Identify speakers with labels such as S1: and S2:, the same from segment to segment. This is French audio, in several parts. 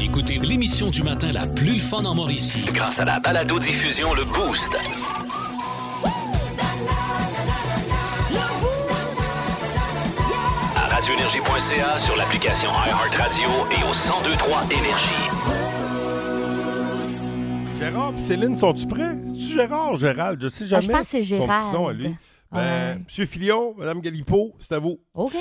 S1: Écoutez l'émission du matin la plus fun en Mauricie.
S2: Grâce à la balado diffusion le boost. À radioénergie.ca sur l'application iHeartRadio et au 1023 énergie.
S3: Gérard et Céline, sont-tu prêts? C'est-tu Gérard ou Gérald? Je sais
S4: Ah,
S3: jamais.
S4: je pense que c'est Gérald.
S3: Son petit nom à lui. Ben,
S4: Ouais.
S3: Monsieur Filion, Madame Galipo, c'est à vous.
S4: OK.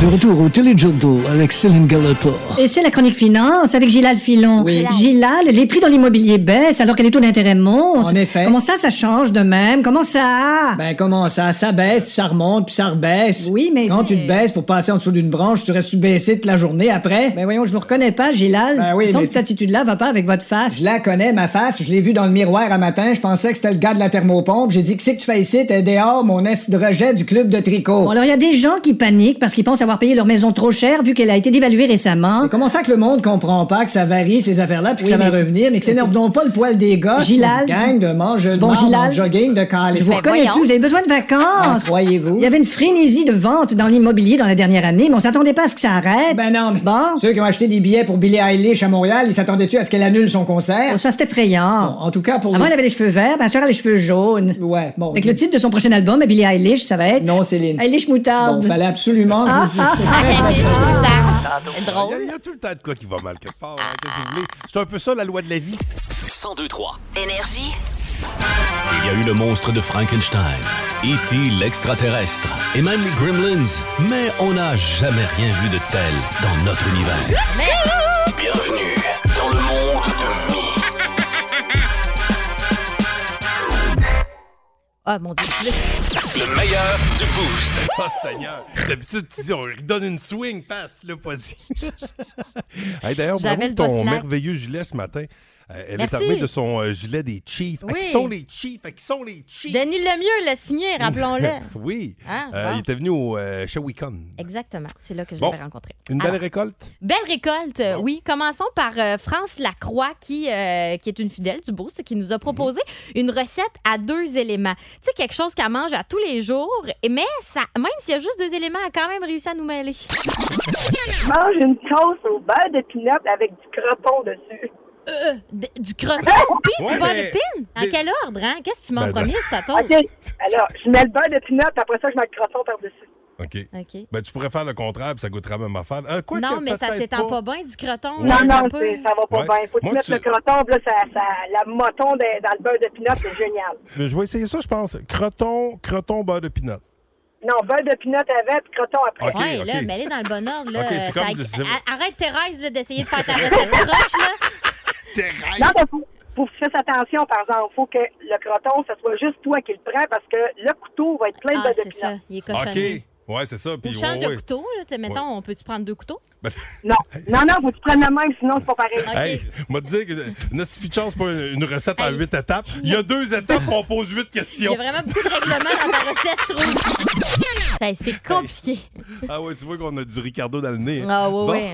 S5: De retour au Téléjournal avec Céline Galapa.
S6: Et c'est la chronique finance avec Gilal Filon.
S7: Oui.
S6: Gilal, les prix dans l'immobilier baissent alors que les taux d'intérêt montent.
S7: En effet.
S6: Comment ça, ça change de même? Comment ça?
S7: Ben comment ça? Ça baisse, puis ça remonte, puis ça rebaisse.
S6: Oui, mais-
S7: Quand tu te baisses pour passer en dessous d'une branche, tu restes baissé toute la journée après.
S6: Ben voyons, je vous reconnais pas, Gilal.
S7: Ben oui,
S6: Il me semble
S7: mais-
S6: que cette attitude-là va pas avec votre face.
S7: Je la connais, ma face. Je l'ai vue dans le miroir un matin. Je pensais que c'était le gars de la thermopompe. J'ai dit, que c'est que tu fais ici? T'es dehors, mon est de rejet du club de tricot.
S6: Bon, alors il y a des gens qui paniquent parce qu'ils pensent avoir payé leur maison trop cher vu qu'elle a été dévaluée récemment.
S7: Mais comment ça que le monde comprend pas que ça varie ces affaires-là puis que
S6: Oui,
S7: ça va
S6: mais-
S7: revenir, mais que s'énerve donc pas le poil des gars.
S6: Gilal.
S7: Gang de mange, de
S6: Bon,
S7: marde,
S6: Gilal.
S7: mon jogging de calais. Ben,
S6: Je vous
S4: Ben
S6: reconnais
S4: voyons.
S6: plus, vous avez besoin de vacances.
S7: Croyez-vous?
S6: Il y avait une frénésie de vente dans l'immobilier dans la dernière année, mais on s'attendait pas à ce que ça arrête.
S7: Ben non, mais
S6: Bon.
S7: ceux qui ont acheté des billets pour Billie Eilish à Montréal, ils s'attendaient-tu à ce qu'elle annule son concert?
S6: Oh, ça, c'est effrayant.
S7: En tout cas, pour
S6: Avant,
S7: les-
S6: elle avait les cheveux verts, ben, elle a les cheveux jaunes.
S7: Ouais, bon.
S6: Avec le titre de son prochain album, Billie Eilish, ça va être
S7: Non, Céline.
S6: Eilish
S7: Bon,
S6: Moutarde.
S7: fallait absolument.
S6: Ah, ah, ah.
S4: Ah
S3: Il y a- il y, a tout le temps de quoi qui va mal quelque part. hein, Qu'est-ce que vous voulez? C'est un peu ça la loi de la vie.
S2: 1023.
S8: Énergie.
S1: Il y a eu le monstre de Frankenstein, E.T. l'extraterrestre et même les Gremlins, mais on n'a jamais rien vu de tel dans notre univers.
S2: Bienvenue dans le monde de Mi.
S4: Ah, mon Dieu.
S2: Le meilleur du boost.
S3: Oh Seigneur! D'habitude, tu dis, on lui donne une swing, passe, le vas-y. Hey, D'ailleurs, bravo
S4: J'avais le
S3: pour
S4: boss
S3: ton
S4: lag.
S3: merveilleux gilet ce matin. Euh, elle
S4: Merci.
S3: est armée de son euh, gilet des Chiefs. Ah,
S4: Oui.
S3: qui sont les Chiefs? Ah, qui sont les Chiefs?
S4: Denis Lemieux l'a signé, rappelons-le.
S3: Oui.
S4: Ah,
S3: Euh,
S4: bon.
S3: Il était venu au euh, Shawicon.
S4: Exactement, c'est là que je
S3: Bon.
S4: l'avais rencontré.
S3: Une belle
S4: Alors,
S3: récolte?
S4: belle récolte, euh,
S3: Bon.
S4: oui. Commençons par euh, France Lacroix, qui, euh, qui est une fidèle du Boost, qui nous a proposé
S3: Mhm.
S4: une recette à deux éléments. Tu sais, quelque chose qu'elle mange à tous les jours, et- mais ça, même s'il y a juste deux éléments, elle a quand même réussi à nous mêler.
S9: Je mange une sauce au beurre de pinot avec du croton dessus.
S4: Euh, d- du croquant, puis
S3: Ah! Ouais,
S4: du beurre
S3: mais-
S4: de pine. En
S3: des-
S4: quel ordre, hein? Qu'est-ce que tu m'en
S3: Ben, ben-
S4: promis, ça
S9: OK. Alors, je mets le beurre de pinot, après ça, je mets le croton par-dessus.
S4: Ah.
S3: OK.
S4: OK.
S3: Ben, tu pourrais faire le contraire, puis ça goûtera même affaire. Euh, quoi
S4: non,
S3: que
S4: mais ça
S3: peut-être
S4: s'étend pas bien, du croton.
S3: Ouais.
S9: Non,
S4: là,
S9: non,
S4: un peu.
S9: c'est- ça va pas
S3: Ouais.
S9: bien. Faut que
S3: Moi,
S9: tu mettes
S3: tu-
S9: le croton, puis là, ça, ça- la moton dans, dans le beurre de pinot, c'est génial.
S3: Mais je vais essayer ça, je pense. Croton, croton, beurre de pinot.
S9: Non, beurre de pinot avant, puis croton après.
S3: OK,
S4: ouais,
S3: OK.
S4: là, mais elle est dans le bon ordre. Là,
S3: OK, c'est comme
S4: Ta-
S3: du- c'est-
S4: A- Arrête, Thérèse, là, d'essayer de faire ta recette proche. Là.
S3: Ah.
S9: Non, mais faut, faut que tu fasses attention, par exemple. Faut que le croton, ce soit juste toi qui le prends, parce que le couteau va être plein de
S4: Ah,
S9: beurre de
S4: c'est ça,
S9: pinot.
S4: il est
S3: OK.
S4: cochonné.
S3: Ouais, c'est ça.
S4: Ou
S3: Puis,
S4: change
S3: ouais,
S4: de
S3: ouais.
S4: couteau. Là, tu sais, mettons, on peut-tu prendre deux couteaux?
S3: Ben,
S9: Non, non, non, faut que tu prennes le même, sinon c'est pas pareil.
S4: OK.
S3: Hey, moi te dire que euh, suffit de chance pour une une recette en
S4: Hey.
S3: huit étapes. Il y a deux étapes, on pose huit
S4: Il y a
S3: questions.
S4: vraiment beaucoup de règlements dans ta recette, je trouve. Ça, C'est compliqué.
S3: Ah ouais, tu vois qu'on a du Ricardo dans le nez. hein.
S4: Ah, ouais,
S3: Bon.
S4: ouais.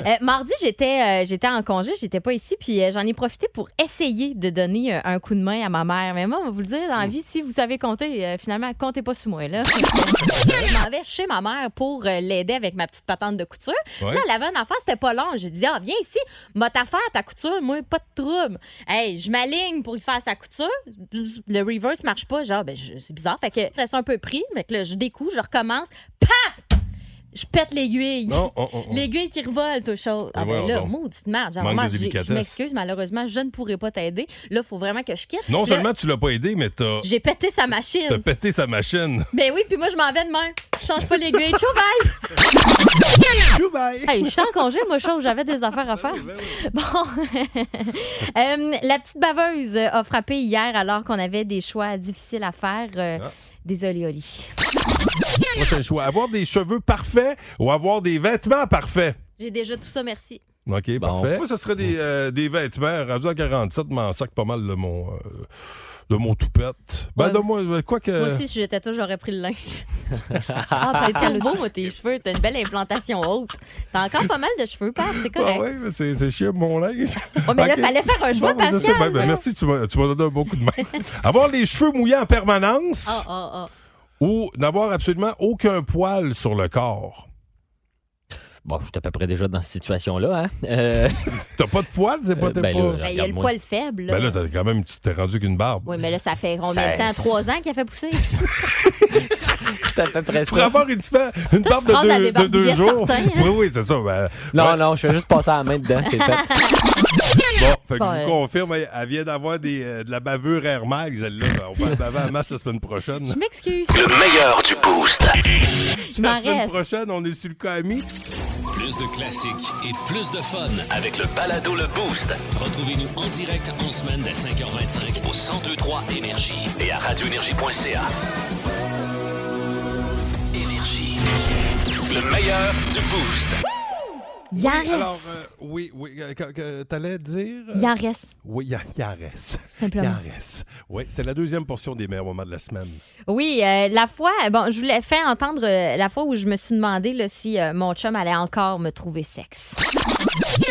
S4: Euh, mardi, j'étais euh, j'étais en congé, j'étais pas ici, puis euh, j'en ai profité pour essayer de donner euh, un coup de main à ma mère. Mais moi, on va vous le dire,
S3: Mm.
S4: dans la vie, si vous savez compter, euh, finalement, comptez pas sous moi. Là. Je m'en vais chez ma mère pour euh, l'aider avec ma petite patente de couture.
S3: Ouais.
S4: Là, elle avait une affaire, c'était pas long. J'ai dit, ah, viens ici, m'a t'affaire ta couture, moi, pas de trouble. Hey, je m'aligne pour y faire sa couture. Le reverse marche pas. Genre, ben, je- c'est bizarre. Fait que je reste un peu pris, mais que là, je découpe, je recommence. Paf! Je pète l'aiguille.
S3: Non, oh, on, on, on.
S4: L'aiguille qui revole, tout chose. Ah,
S3: Mais
S4: ben
S3: voyons
S4: là,
S3: donc.
S4: maudite merde. Genre,
S3: Manque
S4: moi,
S3: de
S4: j'ai- je
S3: délicatesse.
S4: m'excuse, malheureusement, je ne pourrai pas t'aider. Là, il faut vraiment que je quitte.
S3: Non
S4: Là,
S3: seulement tu l'as pas aidé, mais t'as
S4: J'ai pété sa
S3: t'as
S4: machine.
S3: pété sa machine.
S4: Mais oui, puis moi, je m'en vais demain. Je change pas l'aiguille. Ciao, bye!
S3: Chou, bye.
S4: Hey, je suis en congé, moi, chaud, j'avais des affaires à faire.
S3: ben
S4: Bon. Euh, la petite baveuse euh, a frappé hier alors qu'on avait des choix difficiles à faire. Euh,
S3: Ah.
S4: Désolé, Oli.
S3: Prochain choix. Avoir des cheveux parfaits ou avoir des vêtements parfaits?
S4: J'ai déjà tout ça, merci.
S3: OK,
S1: Bon.
S3: parfait. Moi, ce serait des, euh, des vêtements. Rendu à 47, je m'en sac pas mal de mon, euh, de mon toupette. Ben,
S4: Ouais.
S3: de moi, euh, quoi que.
S4: Moi aussi, si j'étais toi, j'aurais pris le linge. ah, Pascal, beau, moi, tes cheveux, t'as une belle implantation haute. T'as encore pas mal de cheveux, Pat, c'est
S3: Ah
S4: correct.
S3: ouais, mais c'est c'est chiant, mon linge.
S4: Oh, mais là,
S3: Ok.
S4: fallait faire un choix,
S3: Bon, ben, je sais,
S4: Pascal.
S3: ben, ben,
S4: non?
S3: merci, tu m'as tu m'as donné un bon coup de main. avoir les cheveux mouillés en permanence
S4: Ah, ah, ah.
S3: ou n'avoir absolument aucun poil sur le corps.
S8: Bon, je suis à peu près déjà dans cette situation-là. Hein? Euh,
S3: T'as pas de poils, t'es pas.
S8: Euh,
S3: t'es
S8: ben
S3: pas-
S8: là,
S4: Ben, il y a le
S8: regarde-moi.
S4: poil faible. là.
S3: Ben là, t'as quand même, tu t'es rendu qu'une barbe.
S4: oui, mais là, ça fait combien
S8: Ça-
S4: de temps? Trois ans qu'il a fait pousser?
S8: c'est à peu près
S3: Pour
S8: ça.
S3: avoir une, semaine- une
S4: Toi,
S3: barbe
S4: tu
S3: de
S4: te rends à
S3: deux,
S4: des
S3: de deux
S4: barbouillettes,
S3: jours.
S4: certain, hein?
S3: Oui, oui, c'est ça. ben,
S8: Non,
S3: ouais.
S8: non, je vais juste passer la main dedans, c'est fait.
S3: Bon, fait que je
S4: Ouais.
S3: vous confirme, elle, elle vient d'avoir des, euh, de la bavure Air Max, elle-là. Ben, On va baver à masse la semaine prochaine.
S4: Je m'excuse.
S2: Le meilleur du boost.
S4: Je
S3: La
S4: m'en
S3: semaine
S4: reste.
S3: prochaine, on est sur le Kami.
S1: Plus de classiques et plus de fun.
S2: Avec le balado Le Boost
S1: Retrouvez-nous en direct en semaine dès 5h25
S2: au 1023 Énergie et à radioénergie.ca. Énergie. Le meilleur du boost.
S4: Il en
S3: Alors,
S4: reste.
S3: euh, oui, oui, euh, que- que t'allais dire?
S4: Il en reste.
S3: Oui, il y a- il y en reste. Il
S4: Simplement.
S3: y en reste. Oui, c'est la deuxième portion des meilleurs moments de la semaine.
S4: Oui, euh, la fois, bon, je voulais faire entendre euh, la fois où je me suis demandé là, si euh, mon chum allait encore me trouver sexe.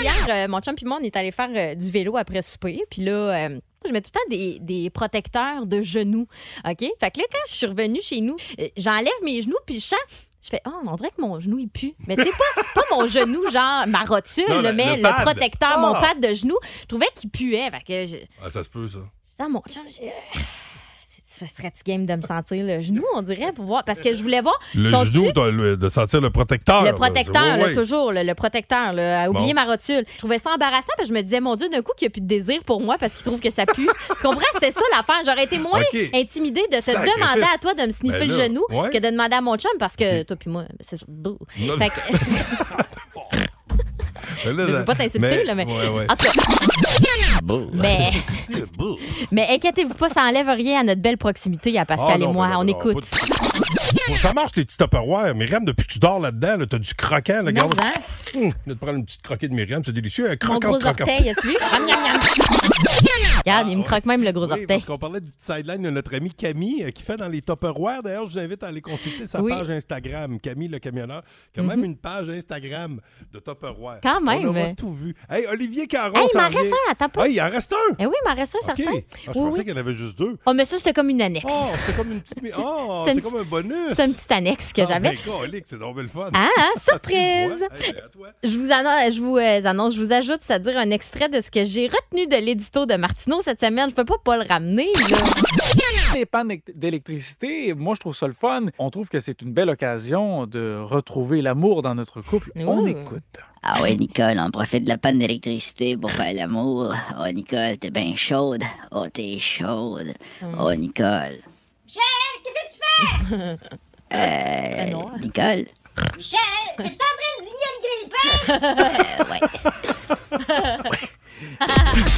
S4: Hier, euh, mon chum puis moi, on est allé faire euh, du vélo après souper. Puis là, euh, je mets tout le temps des, des protecteurs de genoux. OK? Fait que là, quand je suis revenue chez nous, euh, j'enlève mes genoux puis je sens. Je fais, oh, on dirait que mon genou, il pue. Mais tu sais, pas, pas mon genou, genre ma rotule,
S3: Non, le-
S4: mais
S3: le
S4: le,
S3: pad.
S4: protecteur, mon
S3: Ah!
S4: pad de genou. Je trouvais qu'il puait. Fait que je-
S3: Ah, ça se peut, ça.
S4: ça, mon chum, j'ai. euh, Ce serait-tu game de me sentir le genou, on dirait, pour voir. Parce que je voulais voir.
S3: Le
S4: Sont-tu-
S3: genou, de, le- de sentir le protecteur.
S4: Le
S3: là,
S4: protecteur,
S3: c'est-
S4: là,
S3: oui, oui.
S4: toujours, là, le protecteur, là, à oublier
S3: Bon.
S4: ma rotule. Je trouvais ça embarrassant parce que je me disais, mon Dieu, d'un coup, qu'il n'y a plus de désir pour moi parce qu'il trouve que ça pue. tu comprends? C'est ça l'affaire. J'aurais été moins
S3: Ok.
S4: intimidée de te
S3: Sacrifice.
S4: demander à toi de me sniffer
S3: Ben
S4: le
S3: là,
S4: genou
S3: ouais.
S4: que de demander à mon chum parce que toi puis moi, c'est sûr. bouh.
S3: Non,
S4: Fait que-
S3: mais là,
S4: je veux
S3: ça-
S4: pas t'insulter, là, mais.
S3: Ouais, ouais.
S4: En tout cas, mais, mais inquiétez-vous pas, ça enlève rien à notre belle proximité à Pascal
S3: Ah, non,
S4: et moi.
S3: ben non,
S4: on
S3: ben non,
S4: écoute.
S3: pas de- Ça marche, les petits tupperwares. Myriam, depuis que tu dors là-dedans, là, t'as du croquant. Là,
S4: Non,
S3: regarde.
S4: hein?
S3: Hum, je vais te prendre une petite croquée de Myriam, c'est délicieux. Un
S4: Mon
S3: croquant,
S4: gros
S3: croquant.
S4: orteil, as-tu vu? Miam, miam, miam. Regarde, il me croque même le gros
S3: Oui,
S4: orteil.
S3: parce qu'on parlait du petit sideline de notre ami Camille euh, qui fait dans les Tupperware. D'ailleurs, je vous invite à aller consulter sa
S4: Oui. Mhm.
S3: page Instagram, Camille le camionneur. Quand même une page Instagram de Tupperware.
S4: Quand même.
S3: On aura tout vu. Hey, Olivier Caron,
S4: Hey, il
S3: s'en
S4: m'en reste
S3: vient.
S4: un, attends pas.
S3: Hey, il en reste un.
S4: Eh oui, il m'en reste un,
S3: OK.
S4: certain.
S3: Ah, je
S4: Oui,
S3: pensais
S4: oui.
S3: qu'il y en avait juste deux.
S4: Oh, mais ça, c'était comme une annexe.
S3: Oh, c'était comme une petite. mi- Oh,
S4: C'est
S3: c'est
S4: une
S3: comme un bonus.
S4: C'est une petite annexe que
S3: Ah,
S4: j'avais.
S3: ben, colique, c'est donc bien le fun.
S4: Ah, hein,
S3: Ça se trouve, ouais.
S4: surprise!
S3: Hey, ben, à toi.
S4: Je vous, annonce, je vous euh, annonce, je vous ajoute, c'est-à-dire un extrait de ce que j'ai retenu de l'édito de Martineau cette semaine. Je peux pas pas le ramener, là.
S10: Les pannes éc- d'électricité, moi je trouve ça le fun. On trouve que c'est une belle occasion de retrouver l'amour dans notre couple. On
S4: Ouh.
S10: écoute.
S11: Ah ouais, Nicole, on profite de la panne d'électricité pour faire l'amour. Oh, Nicole, t'es bien chaude. Oh, t'es chaude.
S7: Mm.
S11: Oh, Nicole.
S4: Très noir.
S11: Euh, Nicole?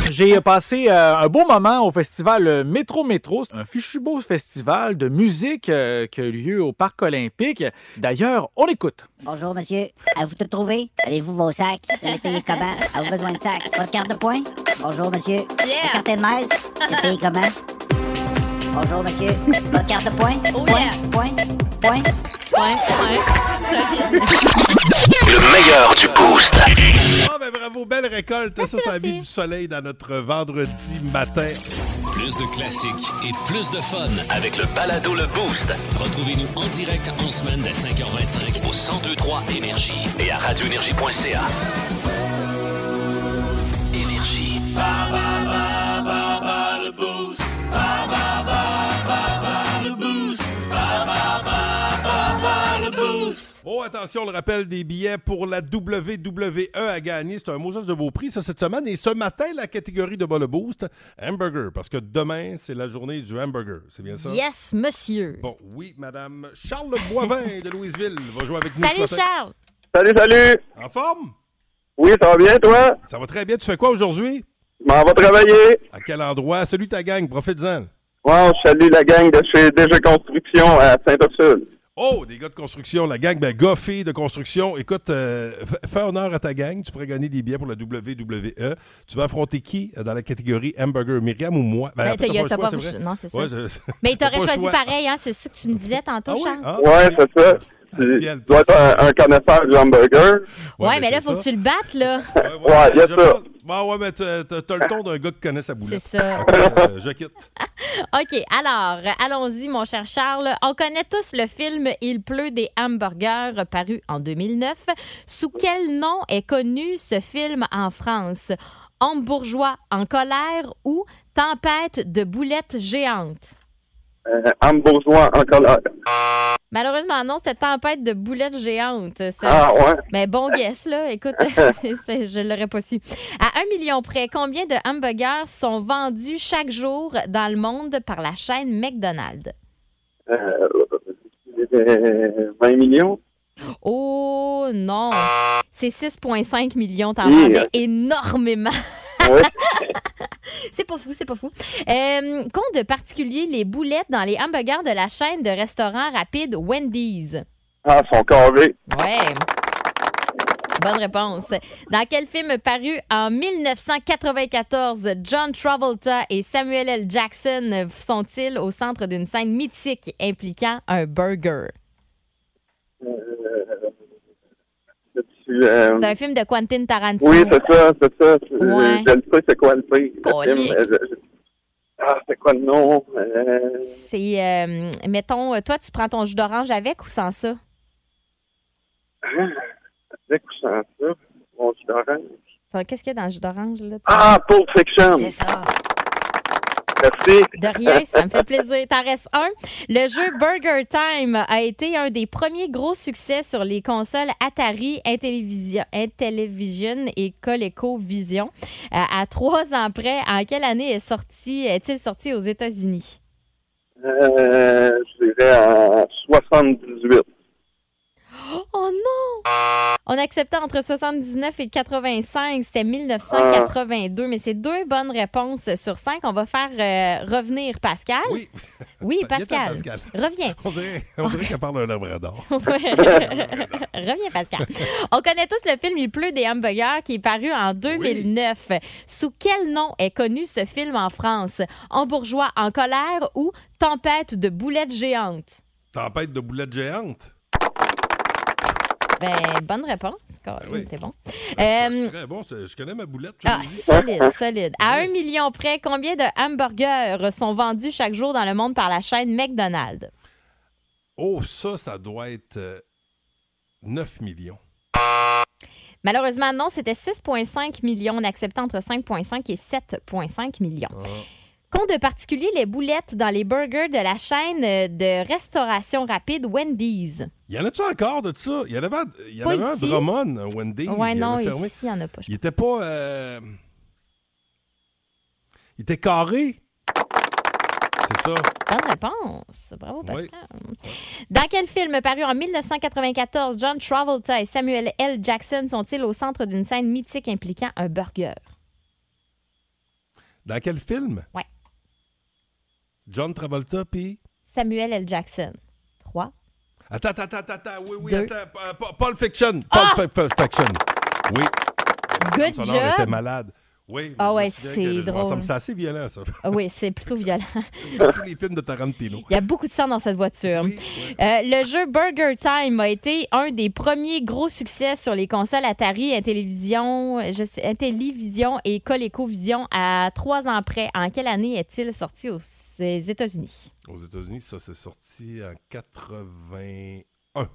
S10: J'ai euh, passé euh, un beau moment au festival euh, Métro Métro, C'est un fichu beau festival de musique euh, qui a eu lieu au Parc olympique. D'ailleurs, on écoute.
S11: Bonjour, monsieur. À vous tout trouver? Avez-vous vos sacs? Vous avez payé comment? Avez-vous besoin de sacs? Votre carte de points? Bonjour, monsieur. Votre carte de maïs? Vous avez payé comment? Bonjour, monsieur. Votre carte de points?
S4: Oh,
S11: Point,
S4: yeah.
S11: point, point.
S4: Ouais, ouais.
S2: Le meilleur du boost.
S3: Ah, ben bravo, belle récolte.
S4: Ah,
S3: ça, ça a mis
S4: merci.
S3: du soleil dans notre vendredi matin.
S1: Plus de classiques et plus de fun.
S2: Avec le balado Le Boost
S1: Retrouvez-nous en direct en semaine dès 5h25
S2: au 1023 Énergie et à radioénergie.ca. Énergie.
S3: Oh, attention, le rappel des billets pour la WWE à gagner. C'est un Moses de beau prix, ça, cette semaine. Et ce matin, la catégorie de bas le boost, hamburger. Parce que demain, c'est la journée du hamburger. C'est bien ça?
S4: Yes, monsieur.
S3: Bon, oui, madame. Charles Boivin de Louisville va jouer avec nous
S4: Salut,
S3: ce matin.
S4: Charles.
S9: Salut, salut!
S3: En forme?
S9: Oui, ça va bien, toi?
S3: Ça va très bien. Tu fais quoi aujourd'hui?
S9: M'en va travailler.
S3: À quel endroit? Salut ta gang, profite-en.
S9: Bon, je salue la gang de chez DG Construction à Saint-Ursule.
S3: Oh, des gars de construction, la gang, ben, gars, filles de construction. Écoute, euh, f- fais honneur à ta gang. Tu pourrais gagner des billets pour la WWE. Tu vas affronter qui euh, dans la catégorie hamburger? Myriam ou moi?
S4: Ben,
S3: en fait,
S4: t'as-
S3: t'as pas
S4: t'as pas
S3: le choix,
S4: voulu-
S3: c'est vrai.
S4: non, c'est ça.
S3: Ouais, je-
S4: Mais
S3: t'as
S4: t'aurais
S3: pas le
S4: choisi
S3: choix.
S4: pareil, hein, c'est ça que tu me disais tantôt,
S3: Ah oui?
S4: Charles.
S3: Ah,
S9: Ouais, c'est ça.
S3: Ah,
S9: Tu,
S3: tiens,
S9: tu dois être un, un Euh, connaisseur du hamburger.
S4: Ouais,
S3: ben
S4: mais là,
S3: c'est
S4: faut
S3: ça.
S4: que tu le battes, là.
S3: Ouais, ouais,
S9: Ouais,
S3: je
S9: bien sûr.
S3: pense- Ah ouais, mais t'as t'as- t'as le ton d'un gars qui connaît sa boulette.
S4: C'est ça.
S3: Ok, euh, je quitte.
S4: OK, alors, euh, allons-y, mon cher Charles. On connaît tous le film Il pleut des hamburgers, paru en 2009. Sous quel nom est connu ce film en France? Homme bourgeois en colère ou Tempête de boulettes géantes?
S12: Euh, hambourgeois en colère.
S4: Malheureusement, non, c'est Tempête de boulettes géantes. ça.
S12: Ah, ouais?
S4: Mais bon guess, là. Écoute, c'est- je l'aurais pas su. À un million près, combien de hamburgers sont vendus chaque jour dans le monde par la chaîne McDonald's?
S12: Euh, euh, 20 millions?
S4: Oh non! C'est 6,5 millions. T'en
S12: Yeah.
S4: vendais énormément.
S12: Oui.
S4: c'est pas fou, c'est pas fou. Euh, Qu'ont de particulier les boulettes dans les hamburgers de la chaîne de restaurants rapides Wendy's?
S12: Ah, ils sont carrés.
S4: Ouais. Bonne réponse. Dans quel film paru en 1994, John Travolta et Samuel L. Jackson sont-ils au centre d'une scène mythique impliquant un burger?
S12: Euh, c'est-tu, euh,
S4: C'est un film de Quentin Tarantino.
S12: oui, c'est ça, c'est ça. Je-
S4: Ouais.
S12: Je le sais, c'est quoi le prix? le
S4: Colique.
S12: film, euh, je- je- Ah, c'est quoi le nom? Euh,
S4: C'est, euh, mettons, euh, toi, tu prends ton jus d'orange avec ou sans ça?
S12: ah, avec ou sans ça? Mon jus d'orange.
S4: Attends, Qu'est-ce qu'il y a dans le jus d'orange? là?
S12: Ah, Pulp Fiction! C'est
S4: ça.
S12: Merci.
S4: De rien, ça me fait plaisir. T'en restes un. Le jeu Burger Time a été un des premiers gros succès sur les consoles Atari, Intellivision, Intellivision et ColecoVision. Euh, à trois ans près, en quelle année est sorti, est-il sorti aux États-Unis?
S12: Euh, je dirais en 78.
S4: Oh non! On acceptait entre 79 et 85, c'était 1982, mais c'est deux bonnes réponses sur cinq. On va faire euh, revenir Pascal. Oui, oui
S3: Il était
S4: Pascal.
S3: Pascal.
S4: Reviens.
S3: On dirait, on dirait qu'elle parle d'un labrador.
S4: Reviens, Pascal. On connaît tous le film Il pleut des hamburgers qui est paru en 2009. Sous quel nom est connu ce film en France? En bourgeois en colère ou Tempête de boulettes géantes?
S3: Tempête de boulettes géantes.
S4: Ben, bonne réponse. Colin,
S3: Ben oui. Ah,
S4: t'es bon.
S3: C'est
S4: Euh,
S3: très bon, c'est- je connais ma boulette. je
S4: ah,
S3: l'ai dit.
S4: solide, solide. À un million près, combien de hamburgers sont vendus chaque jour dans le monde par la chaîne McDonald's?
S3: Oh, ça, ça doit être euh, 9 millions.
S4: Malheureusement, non, c'était 6,5 millions. On acceptait entre 5,5 et 7,5 millions.
S3: Ah.
S4: Qu'ont de particulier les boulettes dans les burgers de la chaîne euh, de restauration rapide Wendy's?
S3: Il y en a-tu encore de ça? Il y en avait, il y en
S4: Pas
S3: avait un
S4: ici.
S3: Drummond, un Wendy.
S4: ouais,
S3: il
S4: non,
S3: avait
S4: ici,
S3: fermé.
S4: il n'y en a pas.
S3: Il était pas. euh, Il était carré. C'est ça.
S4: Bonne réponse. Bravo, Pascal.
S3: Oui.
S4: Dans quel film paru en 1994, John Travolta et Samuel L. Jackson sont-ils au centre d'une scène mythique impliquant un burger?
S3: Dans quel film?
S4: Ouais.
S3: John Travolta, puis.
S4: Samuel L. Jackson. 3.
S3: Attends, attends, attends, attends. Oui, oui,
S4: Deux.
S3: attends. Pa- pa- Pulp Fiction.
S4: Ah!
S3: Pulp Fi- Fi- Fiction. Oui.
S4: Good
S3: Son
S4: job.
S3: était malade. Oui. mais
S4: Ah
S3: je me
S4: ouais,
S3: souviens
S4: c'est
S3: que je me
S4: drôle.
S3: ressemble- C'est assez violent, ça.
S4: Ah Oui, c'est plutôt violent.
S3: Dans tous les films de Tarantino.
S4: Il y a beaucoup de sang dans cette voiture. Euh, le jeu Burger Time a été un des premiers gros succès sur les consoles Atari, Intellivision, je sais- Intellivision et ColecoVision à trois ans près. En quelle année est-il sorti aux aux États-Unis?
S3: Aux États-Unis, ça, c'est sorti en 81.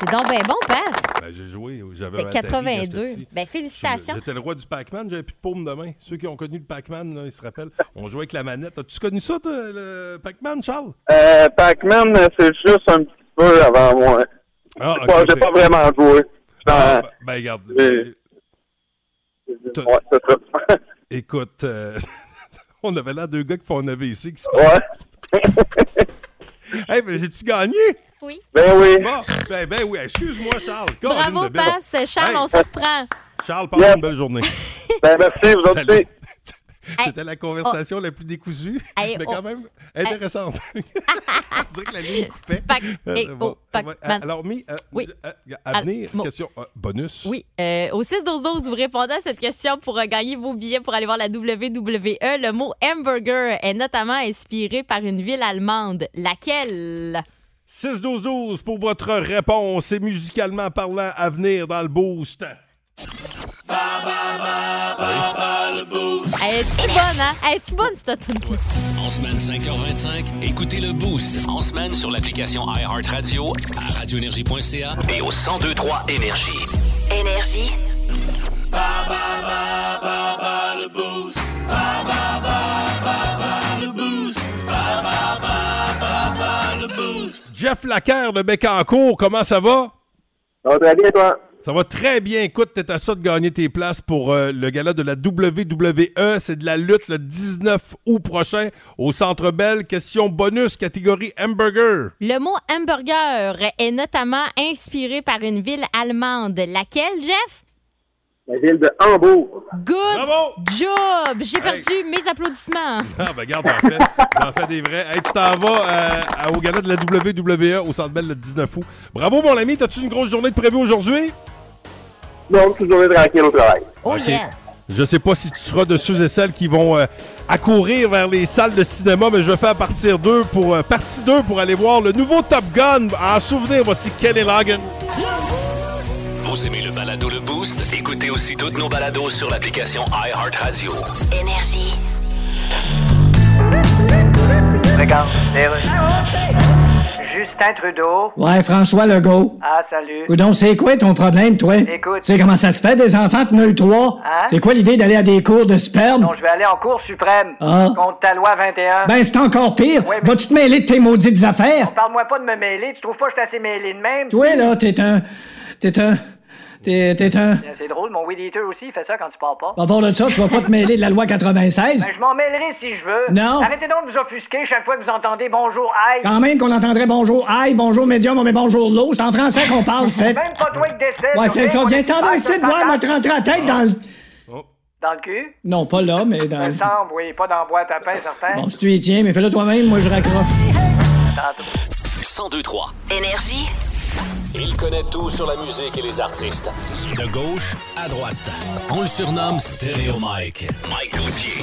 S4: C'est donc bien bon, passe.
S3: Ben, j'ai joué. J'avais
S4: C'est
S3: un Atari quand j'étais
S4: 82.
S3: petit.
S4: Ben, félicitations.
S3: J'étais le roi du Pac-Man, j'avais plus de paume de main. Ceux qui ont connu le Pac-Man, là, ils se rappellent. On jouait avec la manette. As-tu connu ça, toi, le Pac-Man, Charles?
S12: Euh, Pac-Man, c'est juste un petit peu avant moi.
S3: Ah,
S12: J'ai pas-
S3: ok,
S12: J'ai
S3: ok.
S12: pas vraiment joué.
S3: Ah, ben, ben, regarde.
S12: Euh,
S3: T'as- Écoute, euh, on avait là deux gars qui font un AVC qui se hey, ben, j'ai-tu gagné?
S4: Oui.
S12: Ben oui.
S3: ben, ben oui. Excuse-moi, Charles. Colin
S4: Bravo,
S3: de Bill.
S4: passe. Charles,
S3: Hey.
S4: on se reprend.
S3: Charles, passe
S12: Yep.
S3: une belle journée.
S12: Ben, merci, vous autres
S3: Salut.
S12: aussi.
S3: C'était la conversation la plus décousue,
S4: oh. Hey,
S3: mais
S4: oh.
S3: quand même intéressante. On dirait que la ligne est coupée. Euh,
S4: et
S3: c'est
S4: oh,
S3: bon.
S4: pac-
S3: Ouais,
S4: man.
S3: Alors, Mi, euh,
S4: Oui.
S3: euh, à venir, question euh, bonus.
S4: Oui, euh, au 6-12-12, vous répondez à cette question pour euh, gagner vos billets pour aller voir la WWE. Le mot hamburger est notamment inspiré par une ville allemande. Laquelle?
S3: 6-12-12 pour votre réponse et musicalement parlant à venir dans le boost.
S2: Bye.
S4: Elle est-tu bonne, hein? Elle est-tu bonne, cette tune
S2: En semaine 5h25, écoutez le Boost. En semaine sur l'application iHeartRadio, à radioénergie.ca et au 1023 Énergie.
S13: Énergie.
S3: Jeff Lacaire de Bécancourt, comment ça va?
S12: Ça va très bien, toi?
S3: Ça va très bien. Écoute, t'es à ça de gagner tes places pour euh, le gala de la WWE. C'est de la lutte le 19 août prochain au Centre Bell. Question bonus, catégorie hamburger.
S4: Le mot hamburger est notamment inspiré par une ville allemande. Laquelle, Jeff?
S12: La ville de Hambourg.
S4: Good job! J'ai perdu mes applaudissements.
S3: Ah, ben garde, j'en fais, j'en fais des vrais. Hey, tu t'en vas euh, à- au gala de la WWE au Centre Bell le 19 août. Bravo, mon ami. T'as-tu une grosse journée de prévu aujourd'hui?
S12: Non, toujours journée tranquille au travail.
S4: Oh
S3: Ok.
S4: yeah!
S3: Je sais pas si tu seras de ceux et celles qui vont euh, accourir vers les salles de cinéma, mais je vais faire partir d'eux pour euh, partie 2 pour aller voir le nouveau Top Gun. En souvenir, voici Kenny Logan.
S2: Vous aimez le balado Le Boost? Écoutez aussi toutes nos balados sur l'application iHeartRadio.
S13: Énergie.
S14: Regarde, Justin Trudeau.
S7: Ouais, François Legault.
S14: Ah, salut.
S7: Coudon, c'est quoi ton problème, toi?
S14: Écoute.
S7: Tu sais comment ça se fait, des enfants, t'en as eu trois?
S14: Hein?
S7: C'est quoi l'idée d'aller à des cours de sperme?
S14: Non, je vais aller en Cour suprême
S7: Ah.
S14: contre ta loi 21.
S7: Ben, c'est encore pire.
S14: Ouais, mais-
S7: Vas-tu te mêler de tes maudites affaires?
S14: Parle-moi pas de me mêler. Tu trouves pas que je suis assez mêlé de même?
S7: Toi, là, t'es un... T'es un... T'es t'es un...
S14: Tiens, C'est drôle, mon Weed Eater aussi, il fait ça quand tu pars pas.
S7: À part de ça, tu vas pas te mêler de la loi 96?
S14: Ben, je m'en mêlerai si je veux.
S7: Non.
S14: Arrêtez donc de vous offusquer chaque fois que vous entendez bonjour, aïe.
S7: Quand même qu'on entendrait bonjour aïe, bonjour médium, mais bonjour l'eau. C'est en français qu'on parle, c'est...
S14: même pas toi qui décide.
S7: Ouais, c'est ça. Viens t'en ici, de voir, m'a te rentré la tête dans le...
S14: Ah, Dans le cul?
S7: Non, pas là, mais dans
S14: Ça
S7: le...
S14: me semble, oui, pas dans la boîte à pain, certain.
S7: Ben Bon, si tu y tiens, mais fais-le toi-même, moi je raccroche.
S2: 1023.
S13: Énergie.
S2: Il connaît tout sur la musique et les artistes. De gauche à droite. On le surnomme Stéréo Mike. Mike Gauthier.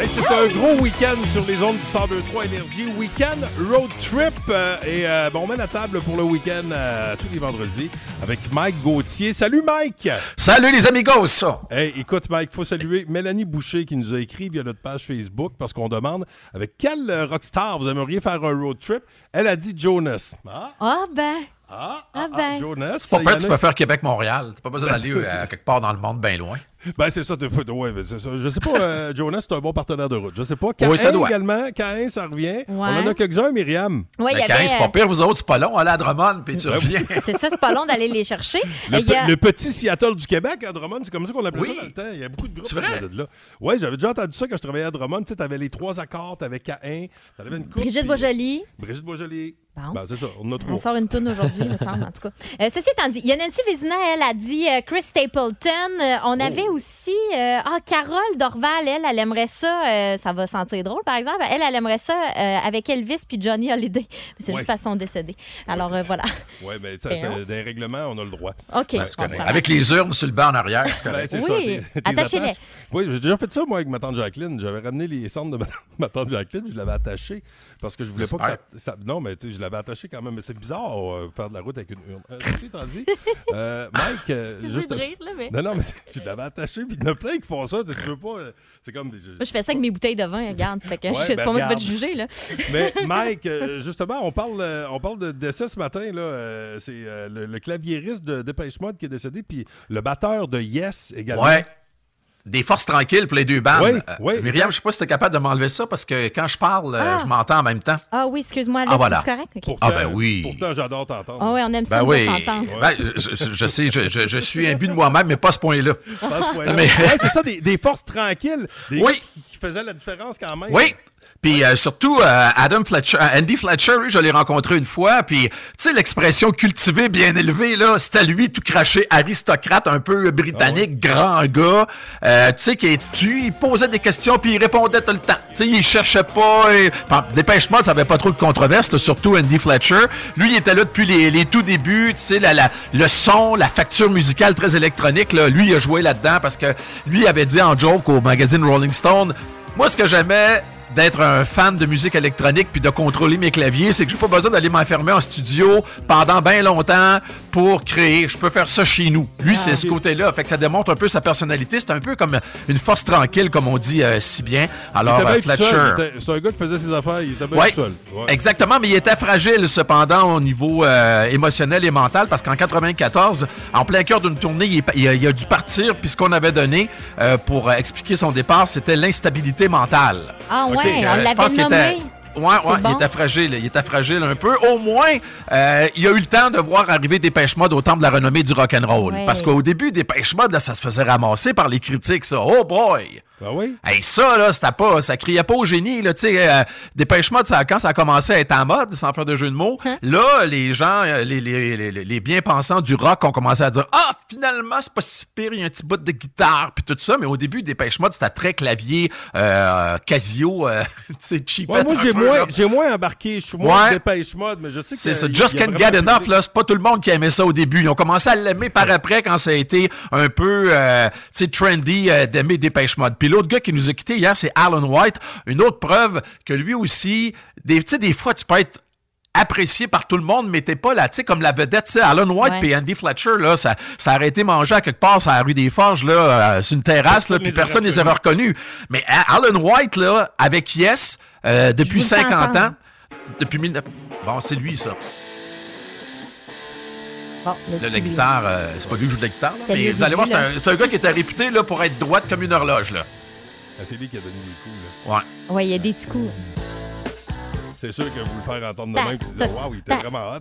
S3: Hey, c'est un gros week-end sur les ondes du 1023 Énergie. Week-end road trip. euh, et euh, bon, on met la table pour le week-end euh, tous les vendredis avec Mike Gauthier. Salut, Mike!
S15: Salut les amigos!
S3: Hey, écoute, Mike, faut saluer Mélanie Boucher qui nous a écrit via notre page Facebook parce qu'on demande avec quel euh, rockstar vous aimeriez faire un road trip. Elle a dit Jonas. Ah,
S4: Ah ben!
S3: Ah,
S4: ben!
S3: Jonas.
S15: C'est pas
S3: ça,
S15: peur,
S3: y en
S15: tu
S3: a-
S15: peux faire Québec-Montréal. T'as pas besoin d'aller euh, quelque part dans le monde bien loin.
S3: Ben, c'est ça, t'es- ouais, ben, c'est ça. Je sais pas, euh, Jonas, c'est un bon partenaire de route. Je sais pas. Caïn
S15: Oui, ça doit.
S3: également. Caïn, ça revient. On en a quelques-uns, Myriam.
S4: Ouais, il y
S15: Ben, Karine,
S4: avait,
S15: c'est
S4: euh,
S15: pas pire, vous autres, c'est pas long. Allez à Drummond, puis tu
S3: Ben,
S15: reviens.
S4: C'est ça, c'est pas long d'aller les chercher.
S3: Le,
S4: Euh, il y a-
S3: pe- le petit Seattle du Québec à Drummond, c'est comme ça qu'on appelait ça dans le temps. Il y a beaucoup de groupes qui venaient de là. Oui, j'avais déjà entendu ça quand je travaillais à Drummond. Tu sais, t'avais les trois accords, t'avais Caïn, t'avais une coupe.
S4: Brigitte
S3: puis-
S4: Boisjoli.
S3: Brigitte Boisjoli.
S4: Bon.
S3: Ben, c'est ça, on en a trois.
S4: On sort une toune aujourd'hui, il me semble, en tout cas. Euh, ceci étant dit, il y a Nancy Vézina, elle a dit euh, Chris Stapleton. Euh,
S15: Oh.
S4: on avait aussi euh, ah, Carole Dorval, elle, elle aimerait ça. euh, ça va sentir drôle, par exemple. Elle, elle aimerait ça euh, avec Elvis puis Johnny Holiday. Mais c'est
S3: Ouais.
S4: juste parce qu'ils sont décédés. Alors euh, voilà.
S3: Oui, mais tu sais,
S4: Et on-
S3: c'est- des règlements, on a le droit.
S4: OK, Ben, c'est bon, correct. ça va.
S15: Avec les urnes sur le banc en arrière, c'est
S3: Ben,
S15: correct.
S3: c'est ça,
S4: Oui,
S3: tes- tes
S4: attachez-les.
S3: attaches. Oui, j'ai déjà fait ça, moi, avec ma tante Jacqueline. J'avais ramené les cendres de ma, ma tante Jacqueline, je l'avais attaché parce que je voulais pas que ça, ça- Non, mais tu sais, je l'avais attaché quand même. Mais c'est bizarre, euh, faire de la route avec une urne. Euh, ceci étant dit, euh, Mike, euh,
S4: Excusez
S3: juste.
S4: de rire, là, mais-
S3: Non, non, mais c'est- je l'avais attaché, puis il y en a plein qui font ça. Tu sais, tu veux pas. euh, C'est comme. des-
S4: Moi, je fais ça avec mes bouteilles de vin, regarde. Ça fait que
S3: Ouais,
S4: je- c'est
S3: ben,
S4: pas moi qui vais
S3: regarde.
S4: te juger, là.
S3: Mais Mike, euh, justement, on parle, euh, on parle de décès ce matin. là. Euh, c'est euh, le, le claviériste de Dépêche Mode qui est décédé, puis le batteur de Yes également.
S15: Ouais. Des forces tranquilles pour les deux bandes.
S3: Oui,
S15: Euh,
S3: oui.
S15: Myriam, je sais pas si t'es capable de m'enlever ça parce que quand je parle, euh,
S4: Ah.
S15: je m'entends en même temps.
S4: Ah oui, excuse-moi, là,
S15: Ah, voilà.
S4: c'est correct? OK.
S15: ah ben oui.
S3: Pourtant, j'adore t'entendre.
S4: Ah oui, on aime ça,
S15: Ben
S4: on
S15: oui.
S4: s'entendre.
S15: Ben, je, je- je sais, je, je- je suis imbu de moi-même, mais pas à ce point-là.
S3: Pas à ce point-là.
S15: Mais-
S3: Ouais, c'est ça, des, des forces tranquilles, des gars
S15: Oui.
S3: qui, qui faisaient la différence quand même.
S15: Oui. Puis euh, surtout, euh, Adam Fletcher, euh, Andy Fletcher, lui, je l'ai rencontré une fois. Puis, tu sais, l'expression cultivée, bien élevée, là, c'était lui tout craché, aristocrate, un peu britannique, grand gars. euh, tu sais, qui est- lui, il posait des questions, puis il répondait tout le temps. Tu sais, il cherchait pas. Et... Dépêchement, ça avait pas trop de controverse, là, surtout Andy Fletcher. Lui, il était là depuis les, les tout débuts, tu sais, la- la- le son, la facture musicale très électronique, là, lui, il a joué là-dedans parce que lui avait dit en joke au magazine Rolling Stone. Moi, ce que j'aimais d'être un fan de musique électronique puis de contrôler mes claviers, c'est que j'ai pas besoin d'aller m'enfermer en studio pendant bien longtemps pour créer. Je peux faire ça chez nous. Lui,
S3: Ah,
S15: c'est ce côté-là. Fait que ça démontre un peu sa personnalité. C'est un peu comme une force tranquille, comme on dit euh, si bien. Alors,
S3: Il était bien
S15: euh,
S3: tout seul,
S15: Fletcher.
S3: il était- C'est un gars qui faisait ses affaires, il était bien
S15: Ouais,
S3: tout seul. Ouais.
S15: Exactement, mais il était fragile cependant au niveau euh, émotionnel et mental parce qu'en 94, en plein cœur d'une tournée, il, est pa- il a, il a dû partir puis ce qu'on avait donné euh, pour euh, expliquer son départ, c'était l'instabilité mentale.
S4: Ah ouais,
S15: Ok, euh,
S4: on
S15: je
S4: l'avait
S15: pense qu'il était-
S4: nommé.
S15: Ouais, ouais,
S4: C'est bon.
S15: il était fragile, il était fragile un peu. Au moins, euh, il a eu le temps de voir arriver Dépêche Mode au temps de la renommée du rock and roll.
S4: Ouais.
S15: Parce qu'au début, Dépêche Mode, là, ça se faisait ramasser par les critiques, ça. Oh boy!
S3: Ah oui?
S15: Hey, ça, là, c'était pas, ça criait pas au génie, là, tu sais, euh, Dépêche Mode, ça, quand ça a commencé à être en mode, sans faire de jeu de mots,
S3: Hein?
S15: là, les gens, euh, les, les, les, les- les bien-pensants du rock ont commencé à dire, ah, finalement, c'est pas si pire, il y a un petit bout de guitare, puis tout ça, mais au début, Dépêche Mode, c'était très clavier, euh, casio, euh, tu sais,
S3: Ouais,
S15: cheapette
S3: moi,
S15: un
S3: j'ai
S15: peu,
S3: moins,
S15: là.
S3: j'ai moins embarqué. Je suis moins
S15: Ouais.
S3: dépêche mode, mais je sais que.
S15: C'est ça.
S3: il-
S15: Just
S3: il y a
S15: Can't
S3: vraiment
S15: Get
S3: un
S15: Enough,
S3: public-
S15: là, c'est pas tout le monde qui aimait ça au début. Ils ont commencé à l'aimer par après quand ça a été un peu, euh, tu sais, trendy euh, d'aimer Dépêche Mode. Puis l'autre gars qui nous a quittés hier, c'est Alan White. Une autre preuve que lui aussi, des, tu sais, des fois, tu peux être apprécié par tout le monde, mais t'es pas là, tu sais, comme la vedette, tu sais, Alan White
S3: Ouais.
S15: puis Andy Fletcher, là, ça, ça aurait été mangé à quelque part, ça la rue des Forges, là, euh, sur une terrasse, là, puis personne les avait reconnus. Mais euh, Alan White, là, avec Yes, euh,
S3: vous
S15: depuis
S3: le fais
S15: 50
S3: entendre.
S15: ans, depuis 19... Bon, c'est lui, ça.
S4: Bon, mais
S15: Là,
S4: c'est
S15: la
S4: lui.
S15: guitare, euh, c'est pas lui qui joue de la guitare. là,
S4: C'était lui
S15: Mais
S4: au
S15: vous allez voir, c'est
S4: début,
S15: un,
S4: là.
S15: c'est un gars qui était réputé là, pour être droite comme une horloge. Là.
S3: Ah, c'est lui qui a donné des coups, là.
S15: Ouais.
S4: Ouais, il y a des petits coups.
S3: C'est sûr que vous le faire entendre de même, puis vous dites, waouh, il était vraiment hot.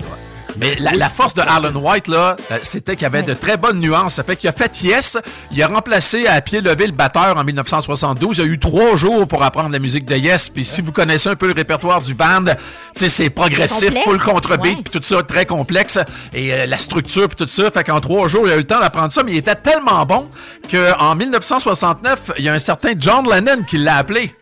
S15: Mais la, la force de Alan White, là, euh, c'était qu'il y avait de très bonnes nuances. Ça fait qu'il a fait yes, il a remplacé à pied levé le batteur en 1972. Il a eu trois jours pour apprendre la musique de yes. Puis si vous connaissez un peu le répertoire du band, tu sais, c'est progressif,
S16: Complexe,
S15: full contrebeat,
S16: ouais.
S15: puis tout ça, très complexe. Et euh, la structure, puis tout ça. Fait qu'en trois jours, il a eu le temps d'apprendre ça. Mais il était tellement bon qu'en 1969, il y a un certain John Lennon qui l'a appelé.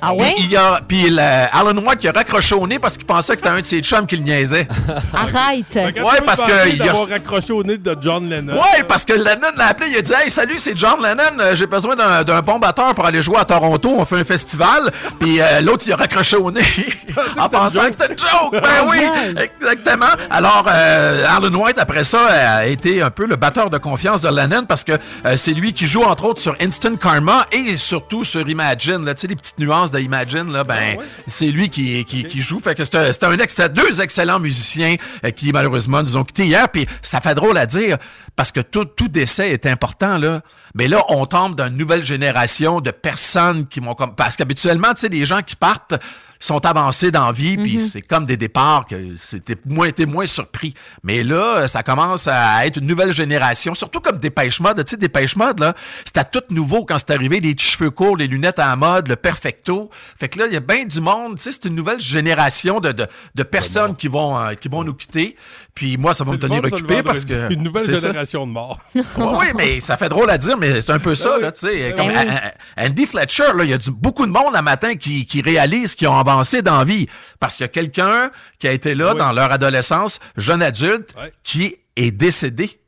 S4: Ah
S15: ouais? Puis, il a- puis il, euh, Alan White qui a raccroché au nez parce qu'il pensait que c'était un de ses chums qui le niaisait.
S4: Arrête.
S15: Ouais, parce que il a-
S3: d'avoir raccroché au nez de John Lennon.
S15: Ouais, parce que Lennon l'a appelé, il a dit Hey, salut, c'est John Lennon, euh, j'ai besoin d'un, d'un bon batteur pour aller jouer à Toronto, on fait un festival. Puis euh, l'autre, il a raccroché au nez en pensant que c'était une joke. Ben oui, exactement. Alors, euh, Alan White, après ça, a été un peu le batteur de confiance de Lennon parce que euh, c'est lui qui joue, entre autres, sur Instant Karma et surtout sur Imagine. là. Tu sais, les petites nuances de Imagine, là, ben, c'est lui qui, qui, qui joue. Fait que c'était c'était un ex- deux excellents musiciens euh, qui, malheureusement, nous ont quittés hier. Puis ça fait drôle à dire parce que tout, tout décès est important, là. Mais là, on tombe d'une nouvelle génération de personnes qui vont comme. Parce qu'habituellement, tu sais, les gens qui partent sont avancés dans la vie, puis c'est comme des départs que c'était moins, t'es moins surpris. Mais là, ça commence à être une nouvelle génération, surtout comme Dépêche Mode. Tu sais, Dépêche Mode, là, c'était tout nouveau quand c'est arrivé, les petits cheveux courts, les lunettes à la mode, le perfecto. Fait que là, il y a bien du monde. Tu sais, c'est une nouvelle génération de, de, de personnes qui vont, euh, qui vont nous quitter. Puis moi, ça va me
S3: C'est le
S15: tenir
S3: fun, ça, le
S15: occupé parce
S3: vendredi.
S15: que...
S3: Une nouvelle
S15: c'est ça.
S3: génération de morts.
S15: Ouais, oui, mais ça fait drôle à dire, mais c'est un peu ça, là, tu sais. Comme
S3: Ben oui.
S15: A- A- Andy Fletcher, là, il y a du- beaucoup de monde à matin qui, qui réalise qu'ils ont avancé dans la vie. Parce qu'il y a quelqu'un qui a été là dans leur adolescence, jeune adulte, qui est décédé.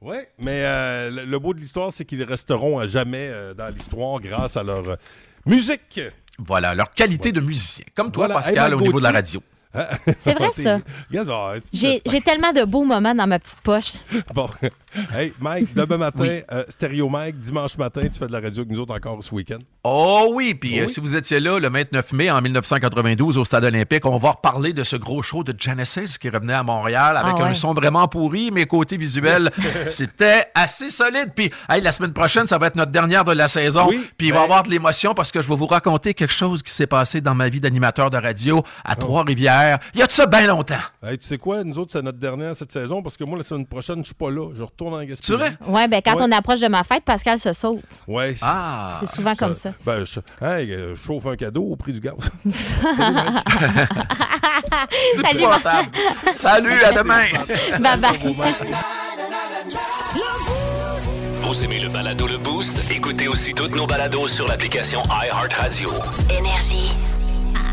S3: Oui, mais euh, le, le beau de l'histoire, c'est qu'ils resteront à jamais euh, dans l'histoire grâce à leur euh, musique.
S15: Voilà, leur qualité de musicien. Comme toi,
S3: Voilà.
S15: Pascal,
S3: Hey,
S15: au
S3: Marc
S15: niveau de la
S3: Gauthier.
S15: radio.
S4: C'est vrai, ça.
S3: Hein? Regarde, ah, c'est-
S4: J'ai j'ai tellement de beaux moments dans ma petite poche.
S3: Bon. Hey, Mike, demain matin, euh, Stéréo Mike, dimanche matin, tu fais de la radio avec nous autres encore ce week-end.
S15: Oh oui, puis euh,
S3: Oui.
S15: si vous étiez là le 29 mai en 1992 au Stade olympique, on va reparler de ce gros show de Genesis qui revenait à Montréal avec
S16: Ah ouais.
S15: un son vraiment pourri, mais côté visuel, c'était assez solide. Puis hey, la semaine prochaine, ça va être notre dernière de la saison,
S16: Oui,
S15: puis il va y avoir de l'émotion parce que je vais vous raconter quelque chose qui s'est passé dans ma vie d'animateur de radio à Trois-Rivières. Il y a de ça bien longtemps.
S3: Hey, tu sais quoi, nous autres, c'est notre dernière cette saison parce que moi, la semaine prochaine, je suis pas là. Je retourne en Gaspésie.
S4: Ouais, ben quand
S3: Ouais.
S4: on approche de ma fête, Pascal se sauve.
S3: Ouais.
S15: Ah!
S4: C'est souvent comme ça.
S3: Ben, je, hey, euh, je chauffe un cadeau au prix du gaz.
S4: Salut,
S15: Épouvantable.
S4: Marc.
S15: Salut, à demain.
S4: Bye bye.
S2: Vous aimez le balado Le Boost? Écoutez aussi toutes nos balados sur l'application iHeartRadio.
S13: Énergie.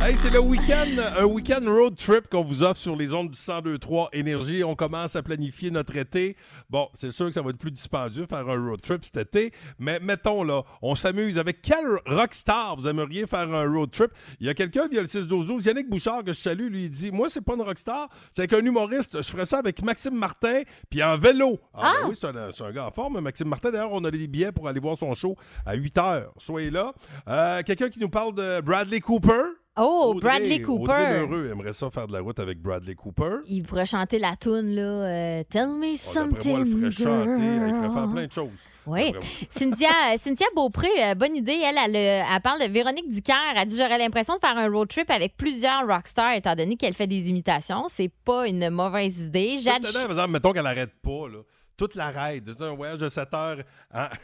S3: Hey, c'est le week-end, un week-end road trip qu'on vous offre sur les ondes du 1023 Énergie. On commence à planifier notre été. Bon, c'est sûr que ça va être plus dispendieux faire un road trip cet été, mais mettons là, on s'amuse. Avec quel rockstar vous aimeriez faire un road trip? Il y a quelqu'un via le 6-12-12, Yannick Bouchard, que je salue, lui, il dit Moi, c'est pas une rockstar, c'est qu'un humoriste. Je ferais ça avec Maxime Martin, puis en vélo. Ah, ben oui, c'est un, c'est un gars en forme, Maxime Martin. D'ailleurs, on a des billets pour aller voir son show à 8 h. Soyez là. Euh, quelqu'un qui nous parle de Bradley Cooper.
S4: Oh,
S3: Audrey-
S4: Bradley
S3: Audrey
S4: Cooper.
S3: Lheureux aimerait ça faire de la route avec Bradley Cooper.
S4: Il pourrait chanter la toune, là. euh, Tell me
S3: Après
S4: something.
S3: Ah, moi, il ferait chanter, il ferait faire
S4: girl.
S3: plein de choses.
S4: Oui.
S3: D'après moi.
S4: Cynthia, Cynthia Beaupré, euh, bonne idée. Elle, elle, euh, elle parle de Véronique Ducaire. Elle dit J'aurais l'impression de faire un road trip avec plusieurs rockstars, étant donné qu'elle fait des imitations. C'est pas une mauvaise idée. Jade.
S3: Dedans, par exemple, mettons qu'elle arrête pas, là. Toute la raide. C'est un voyage de 7 heures. en-